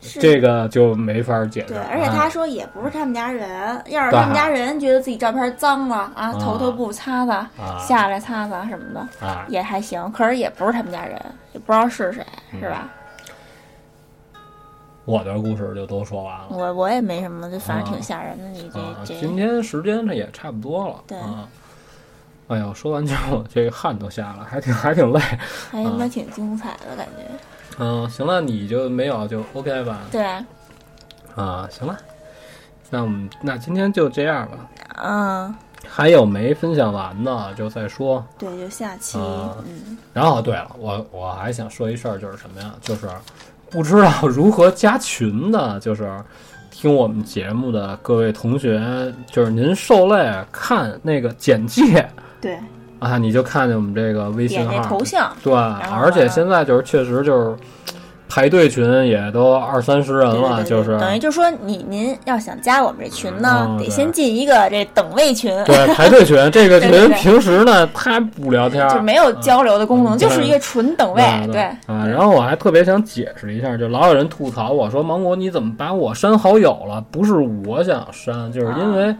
S3: 是
S2: 这个就没法儿解释。
S3: 对，而且
S2: 啊
S3: 他说也不是他们家人，要是他们家人觉得自己照片脏了啊，
S2: 啊
S3: 头头不擦擦，
S2: 啊
S3: 下来擦擦什么的
S2: 啊，
S3: 也还行，可是也不是他们家人，也不知道是谁，
S2: 嗯
S3: 是吧？
S2: 我的故事就都说完了。
S3: 我我也没什么，就反正
S2: 啊
S3: 挺吓人的，你
S2: 啊，
S3: 哦这
S2: 今
S3: 这
S2: 天时间这也差不多了。
S3: 对
S2: 啊，哎呦，说完之后这汗都下了，还挺还挺累。
S3: 还他妈挺精彩的感觉，
S2: 嗯，行了，你就没有就 OK 吧？
S3: 对，
S2: 啊，行了，那我们那今天就这样吧。
S3: 嗯，
S2: 还有没分享完呢，就再说。
S3: 对，就下期，
S2: 啊
S3: 嗯，
S2: 然后对了，我我还想说一事儿，就是什么呀？就是不知道如何加群的，就是听我们节目的各位同学，就是您受累看那个简介
S3: 对，
S2: 啊，你就看见我们这个微信
S3: 点
S2: 号
S3: 那头像，啊
S2: 对，
S3: 后
S2: 而且现在就是确实就是排队群也都二三十人
S3: 对对
S2: 了，
S3: 对，
S2: 就是
S3: 等于就说你您要想加我们这群呢，
S2: 嗯
S3: 得
S2: 对
S3: 先进一个这等位群，
S2: 对排队群这个群
S3: 对对对
S2: 平时呢他不聊天儿，
S3: 就没有交流的功能，
S2: 嗯
S3: 就是
S2: 对
S3: 一个纯等位，
S2: 对
S3: 对
S2: 啊，然后我还特别想解释一下，就老有人吐槽我说芒果你怎么把我删好友了？不是我想删，就是
S3: 啊
S2: 因为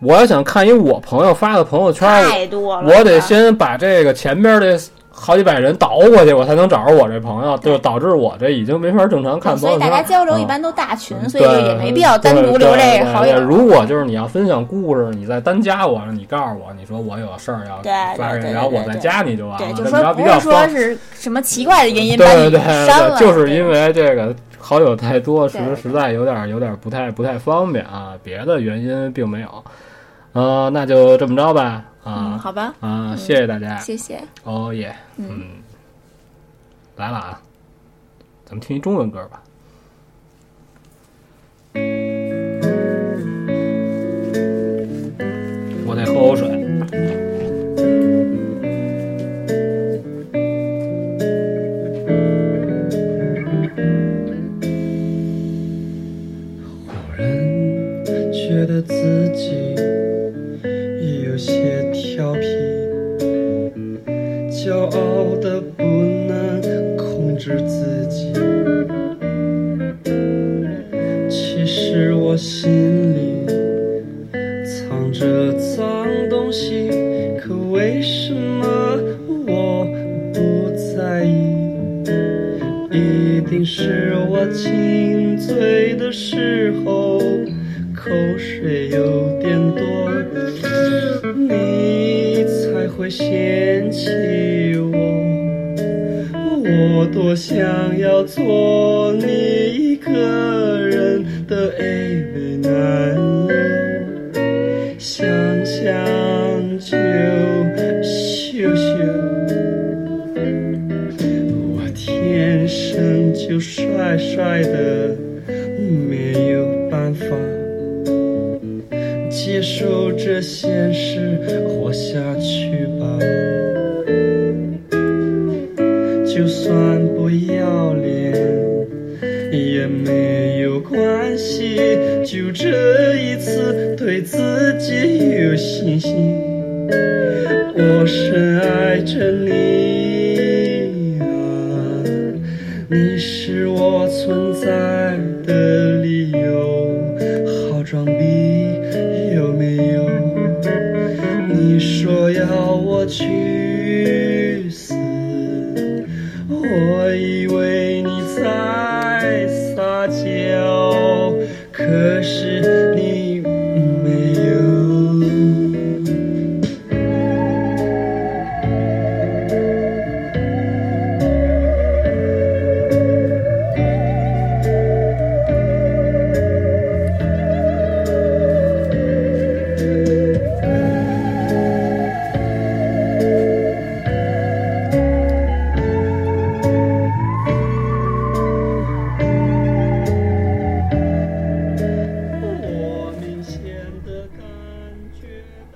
S2: 我要想看一我朋友发的朋友圈，
S3: 太多了，
S2: 我得先把这个前边这好几百人倒过去，我才能找着我这朋友，就导致我这已经没法正常看
S3: 对
S2: 朋
S3: 哦所
S2: 友
S3: 以大
S2: 圈
S3: 家
S2: 了。
S3: 交流一
S2: 嗯
S3: 般都大群，所以就
S2: 对，
S3: 也没必要单独留这个好
S2: 对对对
S3: 友。
S2: 如果就是你要分享故事，你再单加我，你告诉我，你说我有事儿要
S3: 对对
S2: 发
S3: 对对
S2: 人，然后我
S3: 对
S2: 再
S3: 对
S2: 加你就完
S3: 对，
S2: 了。
S3: 就
S2: 这么
S3: 说
S2: 着
S3: 不
S2: 啊比较
S3: 是说
S2: 方
S3: 是什么奇怪的原因
S2: 对
S3: 把你
S2: 对对
S3: 删了，
S2: 对，就是因为这个好友太多，实
S3: 对对
S2: 实在有点有点不太不太方便啊，别的原因并没有。呃，那就这么着吧，
S3: 嗯，
S2: 啊
S3: 好吧，
S2: 啊，谢谢大家，
S3: 谢谢，
S2: 哦耶，嗯，来了啊，咱们听一中文歌吧。我得喝口水。
S4: 忽然觉得自己也有些调皮，骄傲的不能控制自己。其实我心里藏着脏东西，可为什么我不在意？一定是我亲嘴的时候，口水有点多，你才会嫌弃我。我多想要做你一个人的暧昧男友，想想就羞羞。我天生就帅帅的，没有办法接受这现实，活下去吧。就算不要脸也没有关系，就这一次对自己有信心。我深爱着你啊，你是我存在的理由，好装逼有没有？你说要我去死，我以为你在撒娇，可是你没有。我明显的感觉到。